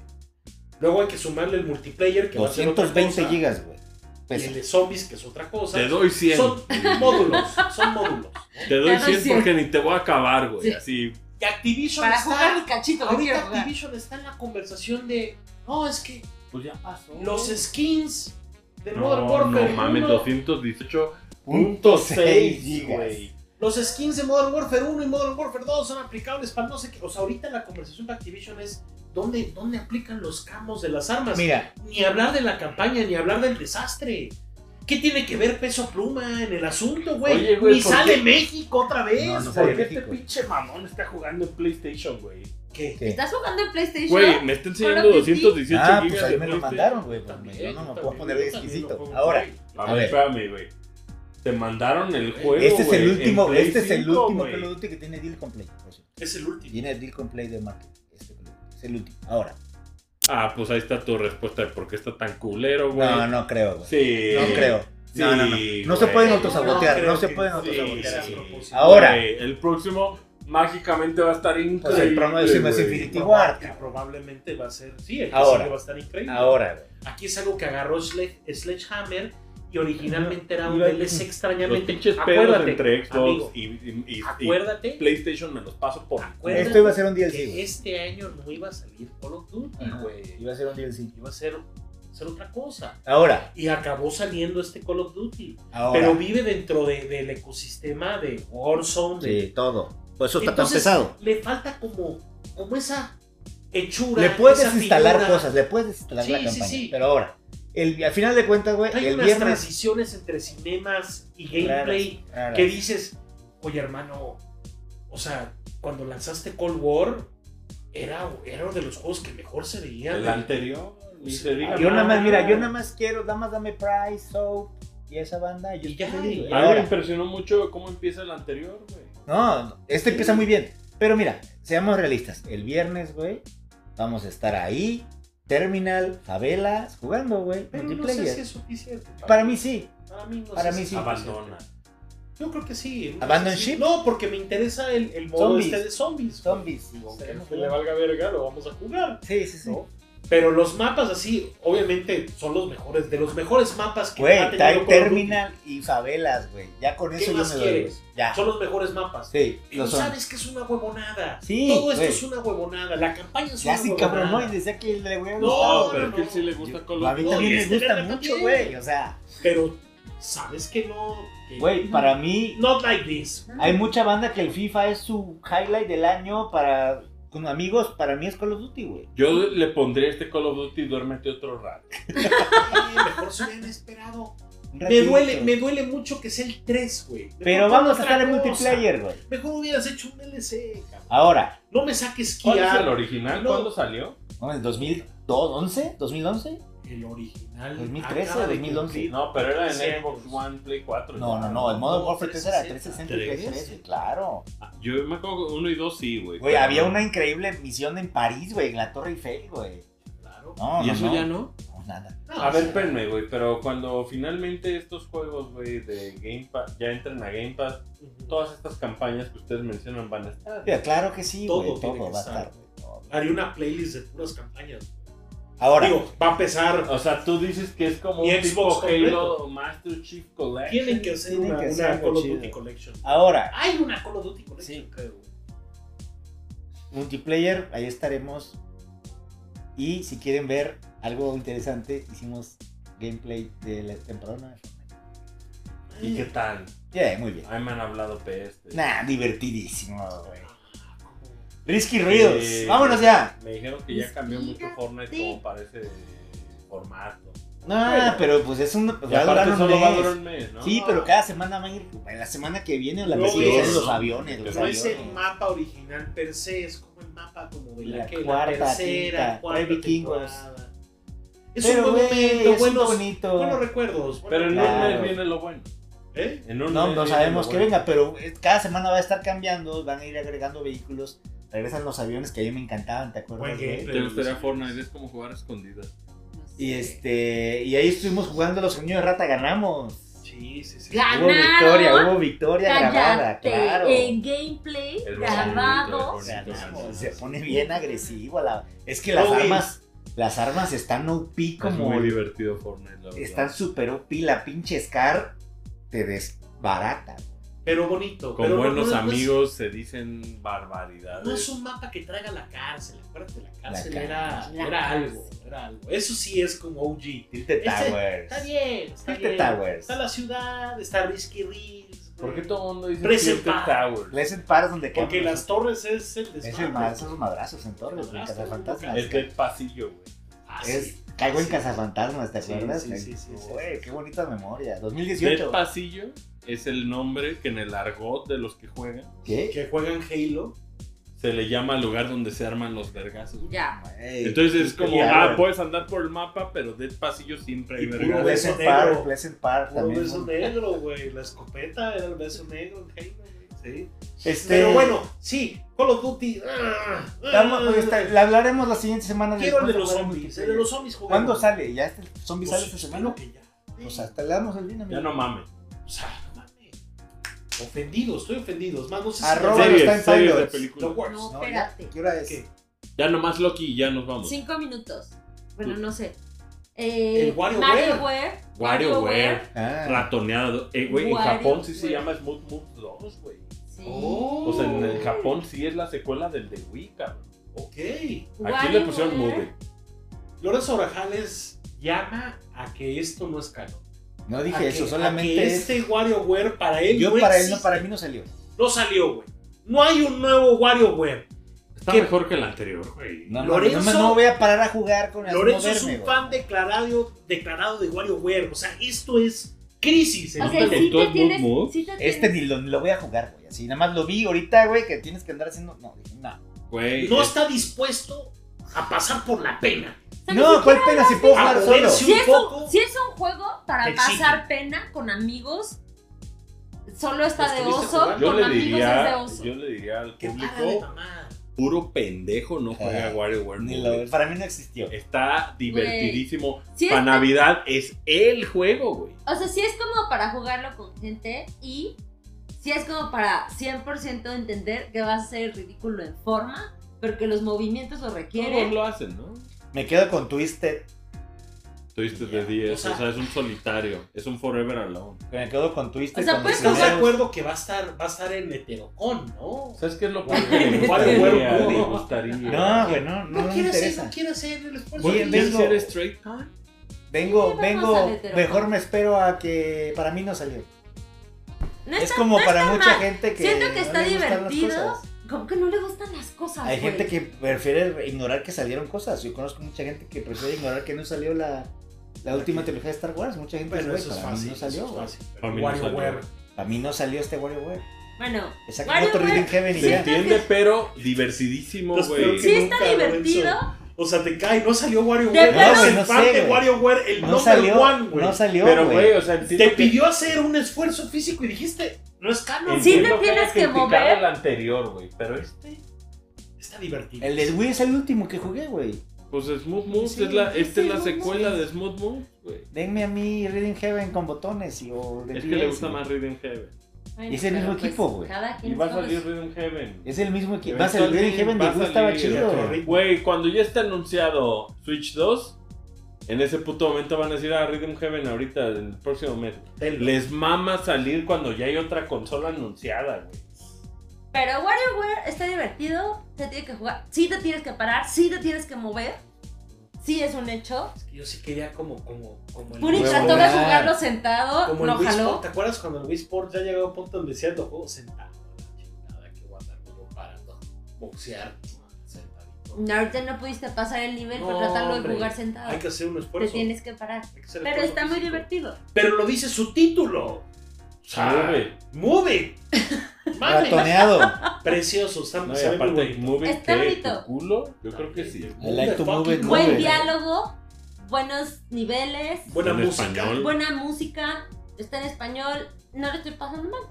Luego hay que sumarle el multiplayer que va a ser otra
220
cosa,
gigas, güey.
Y
Pesa.
el de zombies, que es otra cosa.
Te doy 100.
Son módulos, son módulos.
Te doy
Te doy
100 porque ni te voy a acabar, güey.
Sí.
Así.
Y Activision
Para
está.
jugar mi cachito, no quiero
ahorita
jugar.
Activision está en la conversación de. No, es que
Pues ya pasó.
los skins de Modern
No,
Warfare.
no mames,
1,
218.6,
Punto seis
güey.
Los skins de Modern Warfare 1 y Modern Warfare 2 son aplicables para no sé qué. O sea, ahorita la conversación de Activision es. ¿dónde, dónde aplican los camos de las armas?
Mira,
Ni hablar de la campaña, ni hablar del desastre. ¿Qué tiene que ver peso pluma en el asunto,
Oye,
güey?
güey,
Ni
¿por
sale
qué?
México otra vez.
No, no
¿Por
sale
¿Por
qué?
qué este
México.
pinche mamón está jugando en PlayStation, güey?
¿Qué?
¿qué?
¿Estás jugando en PlayStation?
Güey, me está enseñando
Con lo que sí.
218
Ah,
gigas
pues ahí
de
me lo
PlayStation.
mandaron, güey. pues,
También,
Yo no me
también,
puedo poner
yo
de
también lo
exquisito.
pongo,
Ahora,
güey.
A,
A
ver,
ver.
espérame, güey. Te mandaron el juego.
este es el
güey, en
último,
Play
este es el
5,
último
güey.
Call of Duty que tiene deal con Play. por cierto.
Es el último.
Tiene deal con Play de marketing. Este Call of Duty, es el último. Ahora,
Ah, pues ahí está tu respuesta de por qué está tan culero, güey.
no, no creo, güey.
Sí.
No creo. No, no, no. No se
güey.
pueden autosabotear.
No
No se
creo
pueden
que- sí,
autosabotear
sea
así.
a propósito.
Ahora.
Güey, el próximo mágicamente va a estar increíble.
Pues el próximo es
güey.
Infinity War.
Que probablemente va a ser. Sí, el que
Ahora.
sigue va a estar increíble.
Ahora, güey.
Aquí es algo que agarró Sle- Sledgehammer y originalmente era un
Iba-
DLC
Los
extrañamente.
pinches pedos
Acuérdate,
entre Xbox
amigo,
y, y- y- y
acuérdate
PlayStation me los paso por.
Acuérdate.
Esto iba a ser un DLC,
que
güey.
este año no iba a salir Call of Duty,
Ajá,
güey.
Iba a ser un DLC.
Iba a ser, ser otra cosa.
Ahora,
Y acabó saliendo este Call of Duty.
ahora.
Pero vive dentro de- del ecosistema de Warzone. de-
Sí, todo. Pues eso está tan
Entonces,
pesado.
Le falta como, como esa hechura.
Le puedes
esa
instalar
figura.
cosas, le puedes instalar
Sí,
la
sí,
campaña.
sí.
Pero ahora, el, al final de cuentas, güey,
Hay
el
unas
viernes. ah,
transiciones entre cinemas y
Raras,
gameplay
raras.
que dices, oye hermano, o sea, cuando lanzaste Cold War, era, era uno de los juegos que mejor se veía.
El
de-
anterior. ni
Sí.
se diga
Yo nada más, mira, yo nada
más.
más quiero, nada más dame Price, Soap y esa banda. y yo
Y ya,
estoy feliz,
y
güey.
A mí me
Ahora,
impresionó mucho cómo empieza el anterior, güey.
no, no, este empieza muy bien. Pero mira, seamos realistas. El viernes, güey, vamos a estar ahí, Terminal, Favelas, jugando, güey,
Pero no
multiplayer.
sé si es suficiente.
Para mí sí.
Para mí, no
para
sé
mí
si-
sí.
Abandona.
Yo creo que sí. no
¿Abandon
sé si-
Ship?
No, porque me interesa el, el modo
Zombies.
este de zombies.
Zombies. sí,
Aunque
estaremos
le
jugando.
valga verga, lo vamos a jugar.
Sí, sí, sí.
¿no? Pero los mapas así, obviamente, son los mejores, de los mejores mapas que ha
Güey,
tenido Call
trae
of Duty.
Terminal y Favelas, güey. Ya con
¿Qué
eso yo
más
me doy.
quieres?
güey. Ya.
Son los mejores mapas.
Sí,
Pero
lo son.
sabes que es una huevonada.
Sí,
Todo esto
güey.
es una huevonada. La campaña es
Ya
una
sí,
huevonada.
cabrón, ¿no? Y decía que le voy a
No,
No,
gustar.
pero es
no,
que él
no.
sí le gusta Call
a
of
mí
Duty.
también
y
me
este
gusta
verga
mucho,
también.
güey. O sea,
Pero sabes que no. que-
güey, para mí
Not like this.
hay mucha banda que el FIFA es su highlight del año para con amigos. Para mí es Call of Duty, güey.
Yo le pondría este Call of Duty duérmete otro rato.
Eh, mejor se hubieran esperado.
Un
Me
ratito.
duele, me duele mucho que sea el 3, güey. Mejor
Pero
pon
vamos a
otra
estar en
cosa.
multiplayer, güey.
Mejor hubieras hecho un DLC, cabrón.
Ahora,
No me saques
¿Cuál es el
Kiar.
original?
No.
¿Cuándo salió?
¿no? ¿En 2011? ¿2011?
El original.
2013,
acaba de
2011.
cumplir.
No, pero era en
Sí.
Xbox One, Play 4.
No, no, no. El modo
Pues No,
Warfare 3 era 360
360.
y Play 3, güey, claro.
Ah, Yo me acuerdo que uno y dos sí, güey.
Güey,
pero
había
no.
una increíble misión en París, güey, en la Torre Eiffel, güey.
Claro.
No,
¿Y
no,
eso
no.
ya no?
No, nada.
No,
A
o
ver,
sea,
espérame, güey, pero cuando finalmente estos juegos, güey, de Game Pass, ya entran a Game Pass,
ujú.
todas estas campañas que ustedes mencionan van a estar.
Mira, claro que sí,
Todo
güey.
tiene
Todo
que
va a
estar.
estar, güey. todo.
Haría una playlist de puras campañas.
Ahora,
Digo, va a pesar.
O sea, tú dices que es como
Y
un
Xbox
tipo Halo
completo.
Master Chief Collection.
Tienen que hacer
Tienen
una,
que
una
hacer algo
Call of
chido.
Duty Collection.
ahora,
Hay una Call of Duty Collection, creo.
multiplayer, ahí estaremos. Y si quieren ver algo interesante, hicimos gameplay de la temporada. nueve.
¿Y qué tal?
Yeah, muy bien.
Ay, me han hablado peste.
Nah, divertidísimo, güey.
Ah, como-
Risky Ruidos,
Eh,
vámonos ya.
Me dijeron que ya cambió mucho Fortnite
Sí.
como para ese formato.
No,
Bueno.
pero pues es un.
Y
va a durar
aparte
un
solo va a
mes.
durar un mes, ¿no?
Sí, pero cada semana van a ir. La semana que viene o la
No,
que sigue
güey,
salen los
no.
aviones.
Pero
Los
No es
aviones.
el mapa original per se, es como el mapa como de la,
La
que- la
cuarta,
tercera,
quinta,
cuarta
hay vikingos.
temporada. Es
Pero,
un buen
güey,
momento,
es
buenos,
bonito.
buenos recuerdos.
Pero en
buenos-
un mes
Claro.
viene lo bueno.
¿Eh?
En un
No,
mes
no
viene
sabemos
lo
que
bueno.
venga, pero eh, cada semana va a estar cambiando, van a ir agregando vehículos, regresan los aviones que a mí me encantaban, ¿te acuerdas?
Buen
güey?
gameplay.
¿Te gustaría Fortnite? Es como jugar a escondidas.
No sé.
Y este, y ahí estuvimos jugando los niños de rata, ganamos.
Sí, sí, sí.
Claro.
Hubo
¡Ganaron!
victoria, hubo victoria grabada,
Cállate,
claro.
en gameplay
El
grabado.
bonito, el bonito.
Ganamos, se pone bien agresivo la, es que las
Oye.
armas, las armas están OP como
es muy divertido Fortnite, la verdad.
están super OP, la pinche Scar te desbarata.
Pero bonito.
Con
pero no-
buenos
no- no es-
amigos se dicen
No es
barbaridades.
un mapa que traiga la cárcel, acuérdate, la cárcel,
La
era,
cárcel.
era algo, era algo. Eso sí es como OG.
Tilt
Ese-
Towers.
Está bien, está
Tilt
bien.
Towers.
Está la ciudad, está Risky Reels,
¿Por qué todo el mundo dice
Prison
Tilted
Park.
Towers?
Pleasant Park es donde
Porque
quedan-
las torres es el
Es el
desmadre.
más, esos madrazos en Torres, en
Madrazos.
Cazafantasmas.
Es del pasillo, güey.
Ah,
Es,
sí.
caigo en
Sí.
Cazafantasmas, ¿te
Sí,
acuerdas?
sí, sí, sí, sí,
Güey,
sí.
qué bonita memoria.
Dead
2018.
Pasillo es el nombre que en el argot de los que juegan
¿Qué?
Que juegan Halo.
se le llama al lugar donde se arman los vergazos. güey.
Ya.
ah, Güey,
Entonces es
qué
como,
claro.
pues,
ah, puedes andar por el mapa, pero Dead Pasillo siempre hay
Y puro
vergazos.
beso
Pleasant
negro.
Park, Pleasant Park
Puro
también.
beso
¿no?
negro, güey. La escopeta era el beso negro en Halo, güey. Sí.
Este,
Pero bueno, sí. Call of Duty. ah, ah,
vamos, esta- le hablaremos la siguiente semana.
Quiero el de los
¿Cuándo
zombies.
sale?
El de los zombies jugamos.
este ¿Cuándo sale? ¿Ya este zombie
Pues,
sale esta
espero
semana?
que ya.
Pues hasta le damos el dinero.
Ya no mames.
O sea, no mames. Ofendido, estoy ofendido. Es más, no sé si.
Arroba
Series,
no está en
series de
Pilots.
películas.
The Worst.
No,
No, ya.
espérate.
¿Qué hora es?
¿Qué?
Ya nomás Loki y ya nos vamos.
Cinco minutos. Bueno, no sé. Eh,
El WarioWare.
WarioWare.
WarioWare.
Ah,
Ratoneado. Eh, güey, en
Wario,
Japón sí se
güey.
llama Smooth Move 2, güey.
Sí.
Oh.
O sea, en el Japón sí es la secuela del de Wii, cabrón.
Ok.
Aquí le pusieron
WarioWare.
Move.
Lorenzo Orajales llama a que esto no es canon.
no
A
dije
que-
eso,
a que
solamente es-
este WarioWare para él
Yo
no
para él,
existe.
no, para mí no salió.
No salió, güey. No hay un nuevo WarioWare.
Está
¿Qué?
mejor que el anterior, güey.
No,
Lorenzo-
no, no, no voy a parar a jugar con el
Lorenzo es
verme,
un
güey.
fan declarado, declarado de WarioWare. O sea, esto es crisis. en
O
¿No
un
sea,
te
tema.
sí
gustó
te
el
tienes.
Move Move?
sí te
Este
tienes-
ni lo, ni lo voy a jugar, güey. Así, nada más lo vi ahorita, güey, que tienes que andar haciendo. No, dije, no.
Güey,
no
es-
está dispuesto a pasar por la pena.
¿Sabes
No,
qué?
¿cuál pena si puedo
A
Ah,
jugar
poder
solo?
sí.
Si
un
es, un,
poco
si es un juego para
te exige.
pasar pena con amigos, solo está de
¿Estuviste
oso,
jugando?
yo
con
le
amigos es de
diría,
oso.
yo le diría al
Que para de
público,
mamar.
puro pendejo no juega
Ah,
a WarioWare.
Ni
Move.
lo- para mí no existió.
Está divertidísimo.
Sí es-
Para Navidad es el juego, güey.
o sea, si es como para jugarlo con gente y si es como para 100% entender que va a ser ridículo en forma, porque los movimientos lo
Todos
requieren.
lo hacen, ¿no?
Me quedo con Twisted.
Tuviste
Ya,
de 10,
o sea-
o sea, es un solitario, es un Forever Alone.
Me quedo con Twisted.
O sea,
con
puedes
los
¿Estás de
primeros.
acuerdo que va a estar, va a estar en Heterocon, no?
¿Sabes qué es lo que
Guau,
le
guau,
gustaría?
guau.
Le gustaría.
No, güey, no, no,
No,
me
quiere hacer,
interesa.
no quiere hacer el esfuerzo.
Voy
Güey,
en
que
vez
¿Quieres
vengo-
hizo.
ser straight con?
Vengo,
Sí,
vengo,
vamos al hetero.
mejor me espero a que para mí no salió.
No
es
está-
como
no
para
está
mucha
mal.
gente que.
Siento que
no
está
le gustan las
divertido.
cosas.
Como que no le gustan las cosas.
Hay
güey.
gente que prefiere ignorar que salieron cosas. Yo conozco mucha gente que prefiere ignorar que no salió la, la última trilogía de Star Wars. Mucha gente
Bueno,
güey,
eso es
para mí
fácil.
no salió.
eso
güey.
es fácil.
Para mí no
WarioWare.
Para mí no salió este WarioWare.
Bueno,
Exacto. Otro
WarioWare,
Reading Heaven y
Se
ya.
Siento
entiende,
que-
pero divertidísimo,
Los peor
güey.
que
sí está
nunca, Lorenzo.
divertido.
O sea, te cae, no salió
De
WarioWare.
verdad.
Eres
No,
el
no
fan
sé,
de
güey.
WarioWare, el
No
number
salió,
one, güey.
no salió,
Pero, güey,
güey.
o sea,
Te
entiendo que-
pidió hacer un esfuerzo físico y dijiste, no es canon.
Sí,
güey.
te
entiendo que
tienes
hayas
que
criticado
mover.
el anterior, güey, pero este...
Está divertido.
El de Wii es el último que jugué, güey.
Pues Smooth Move,
Sí,
es la,
sí,
esta es la
Smooth
secuela
Move.
de Smooth Move, güey.
Denme a mí Reading Heaven con botones y o de
Es que
pies,
le gusta
y-
más Rhythm Heaven.
Bueno,
Es el mismo
pero pues,
equipo, güey.
Cada quien
Y va a
sabe
salir
su-
Rhythm Heaven.
Es el mismo equipo. Más el
Eventualmente
Reading Heaven
va
de
a
Wii estaba
salir
chido.
otro
Güey, cuando ya está anunciado Switch 2, en ese puto momento van a decir a Rhythm Heaven ahorita, el próximo mes.
Tenlo.
Les mama salir cuando ya hay otra consola anunciada, güey.
Pero WarioWare está divertido, se tiene que jugar, sí te tienes que parar, sí te tienes que mover, sí es un hecho.
Es que Yo sí quería como, como, como el
Puri
Huevo,
trató de
ya.
jugarlo sentado,
Como
no
el Wii
jaló.
Sport, ¿te acuerdas cuando el Wii Sport ya llegaba a un punto donde decían los juegos sentados? Nada que voy a andar como parando. Boxear, sentadito.
Ahorita no pudiste pasar el nivel
No,
por tratarlo
hombre,
de jugar sentado.
Hay que hacer un
Te
esfuerzo.
tienes que parar.
Hay que hacer
Pero
esfuerzo
está muy
físico.
divertido.
Pero lo dice su título. O sea,
Move.
Move it. Mame.
Ratoneado.
Precioso. Está,
No, y
se ve muy
aparte,
bonito.
¿move
Está
qué?
bonito.
¿Tu culo? Yo creo que sí.
I like to move it,
Muy
Buen
move it.
bien.
diálogo, buenos niveles,
Buena
En
música.
español.
buena música, está en español, no lo estoy pasando mal.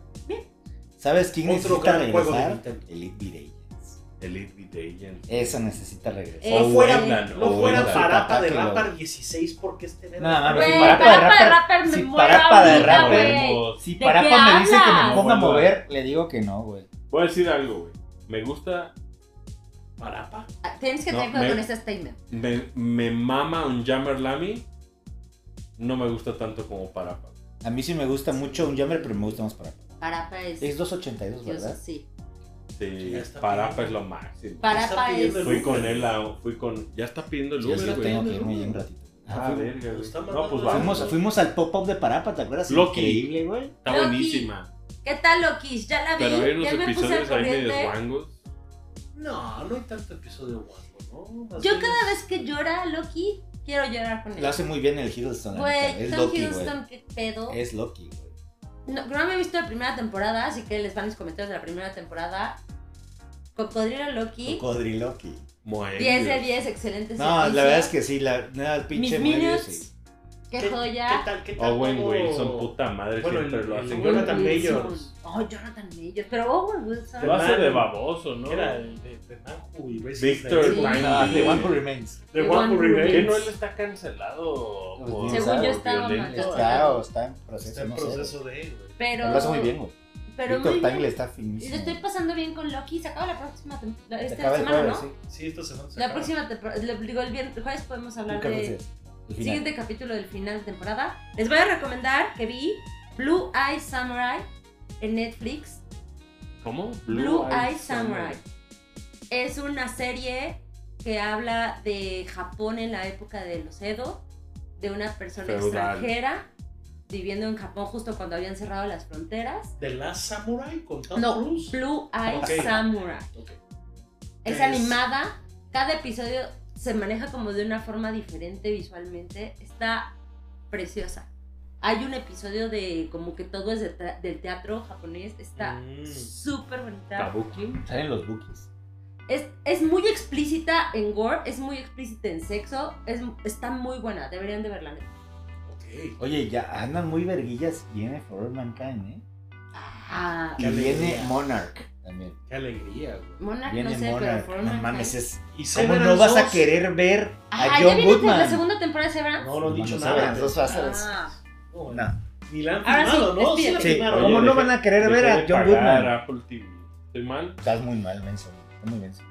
¿Sabes quién
Otro
necesita
gran juego de
regresar?
Nintendo.
Elite Beat Agents.
Elite Beat Agent.
Eso necesita regresar.
Eh,
O
Eh, No fuera,
Wendland,
no
o
fuera
Wendland.
Parapa de
Ataque, lo-
Rapper 16 porque este verga-
Nada, mames,
Güey,
si para para
para para
rapper-
rapper me
si
muero
para para
ahorita,
rapper-
eh.
güey.
Si
¿De
Parapa
qué
me dice que me
hablas?
ponga a
Bueno,
mover, le digo que no, güey.
Voy a decir algo, güey. Me gusta,
Parapa.
Ah, Tienes que
No,
tener
me-
cuidado con ese statement.
me, me mama un Jammer Lamy. No me gusta tanto como Parapa.
A mí sí me gusta mucho un jammer, pero me gusta más Parapa.
Parapa es.
Es 2.82,
Dios,
¿verdad?
sí.
Sí,
Ya está
Parapa
bien.
es lo máximo.
Parapa es.
pidiendo el
Fui con él a, fui con, ya está pidiendo el
Yo sí
Uber, güey.
tengo que irme ya un ratito. Ah,
Ah,
Fui-
verga, güey.
Está
No, pues
mandando-
vamos.
Fuimos, fuimos al pop-up de Parapa, ¿te acuerdas?
Loki.
Increíble, güey.
Está
Loki.
buenísima.
¿Qué tal, Lokis? Ya la vi.
Pero hay unos
ya me puse al
episodios ahí medios
corriente.
guangos.
No, no hay tanto episodio guapo, ¿no? Más
Yo
bien-
cada vez que llora Loki, quiero llorar con él.
Lo hace muy bien el Hiddleston. la neta.
Güey,
es
Tom
Loki, güey.
Hiddleston, qué pedo.
Es Loki, güey.
No, no me he visto la primera temporada, así que les van mis comentarios de la primera temporada. Cocodrilo Loki,
Cocodriloqui.
10 de 10, excelente
No,
servicio.
la verdad es que sí, la nada, pinche
Mis
Moebius,
Minions,
sí.
qué joya.
tal? ¿Qué
Oh,
tal?
Owen
todo?
Wilson, puta madre,
Bueno,
siempre
el-
lo
el
hacen.
Jonathan
con-
Owen Wilson.
Mayors.
Oh, Jonathan Mayors, pero Owen Wilson.
Lo hace de
Man.
baboso, ¿no?
¿Qué era? El de, de Manhu y Raising
Victor
Slaves.
Sí.
Lang.
Ah,
Sí.
The One Who Remains.
De Pues
The
One Who
One Who
¿Qué
Remains.
no él está cancelado?
Pues,
por-
según
por
yo
estaba
violento?
mal.
Está, o está en proceso.
Está en
no sé,
proceso de, güey.
Ah, Pero,
güey. Lo hace muy bien, güey.
Pero
Victor
muy
Tangle
bien.
está
Y
finísimo.
Lo estoy pasando bien con Loki. Se acaba la próxima tem- la-
Se
esta
acaba el
semana,
jueves,
¿no?
sí.
Sí, esto se va a
La próxima temporada, le- digo, el viernes, el jueves podemos hablar
Nunca pensé.
del
El final.
siguiente capítulo del final de temporada. Les voy a recomendar que vi Blue Eye Samurai en Netflix.
¿Cómo?
Blue Eye Samurai. Es una serie que habla de Japón en la época de los Edo, de una persona
Feudal.
extranjera viviendo en Japón justo cuando habían cerrado las fronteras.
¿De Last Samurai con Tom
No,
Cruise?
Blue Eye
Ok.
Samurai.
Ok.
Es
Es-
animada, cada episodio se maneja como de una forma diferente visualmente. Está preciosa. Hay un episodio de como que todo es de tra- del teatro japonés. Está
Mm.
súper bonita.
Kabuki.
Salen los bookies.
Es, es muy explícita en gore, es muy explícita en sexo, es, está muy buena, deberían de verla. neta.
Ok.
Oye, ya andan muy verguillas. Viene Forever Mankind, ¿eh?
Ah,
Y
Qué
viene
alegría.
Monarch también.
Qué alegría, güey.
Monarch
Viene
Ah, no sé, pero
Monarch.
Forma
No mames, es.
¿Y
¿Cómo
Severance
no vas a
2?
querer ver
Ah,
a
¿ya
John
viene la
Goodman?
segunda temporada de Severance?
No, no he dicho
Bueno,
nada.
Severance dos va a ser-
Ah,
No,
No.
Ni la han
Ahora sí,
filmado, ¿no? Sí, la
despídete.
Sí,
filmaron.
¿cómo
Oye,
no
dejé-
van a querer
Dejé
ver a
de
John
pagar
Goodman?
Apple TV. Estoy mal.
Estás muy mal, menso. Estás muy menso.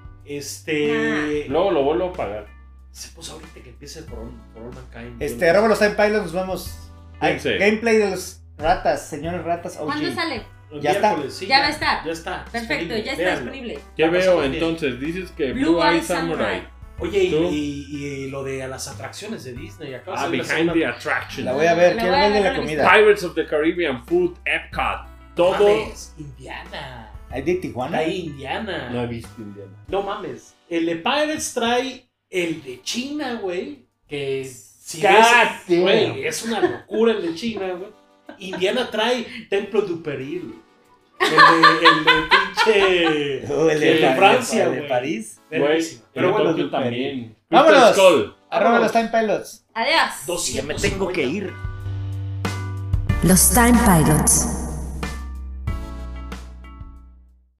Este.
Luego lo vuelvo a pagar.
Sí, pues ahorita que empiece el Corona Mankind.
Este, arroba los Time Pilots, nos vemos. Ay,
Fíjense.
gameplay de los ratas, señores ratas. OG.
¿Cuándo sale?
los
ya está.
miércoles, sí,
Ya va a estar.
Ya está.
Perfecto, ya está
Véanlo.
disponible.
¿Qué
Vamos
veo
a ver.
entonces? Dices que
Blue
Blue
Eye
Eye Samurai.
Oye, y,
¿Tú?
y- y lo de a las atracciones de Disney. Acaba
Ah,
de salir la
Behind the
segunda-
Attraction.
La voy a ver,
La
quiero
voy
ver Ah,
a
de
ver,
la
no la he
comida.
Pirates of the Caribbean Food Epcot. Todo.
Mames, Indiana.
Hay de Tijuana.
Trae Indiana.
No he visto Indiana.
No mames. El de Pirates trae el de China, güey. Que es. si
God
ves,
damn.
güey, es una locura el de China, güey. Indiana trae Templo du Peril. El de, el de pinche.
Oh, el
Sí,
Pa-
Francia,
el de
güey.
París.
Güey,
Verguísima.
pero
bueno,
bueno, yo
tú-
también.
¡Vámonos!
Crystal Skull.
Arroba los Time Pilots.
Adiós.
Y ya me tengo que ir.
Los Time Pilots.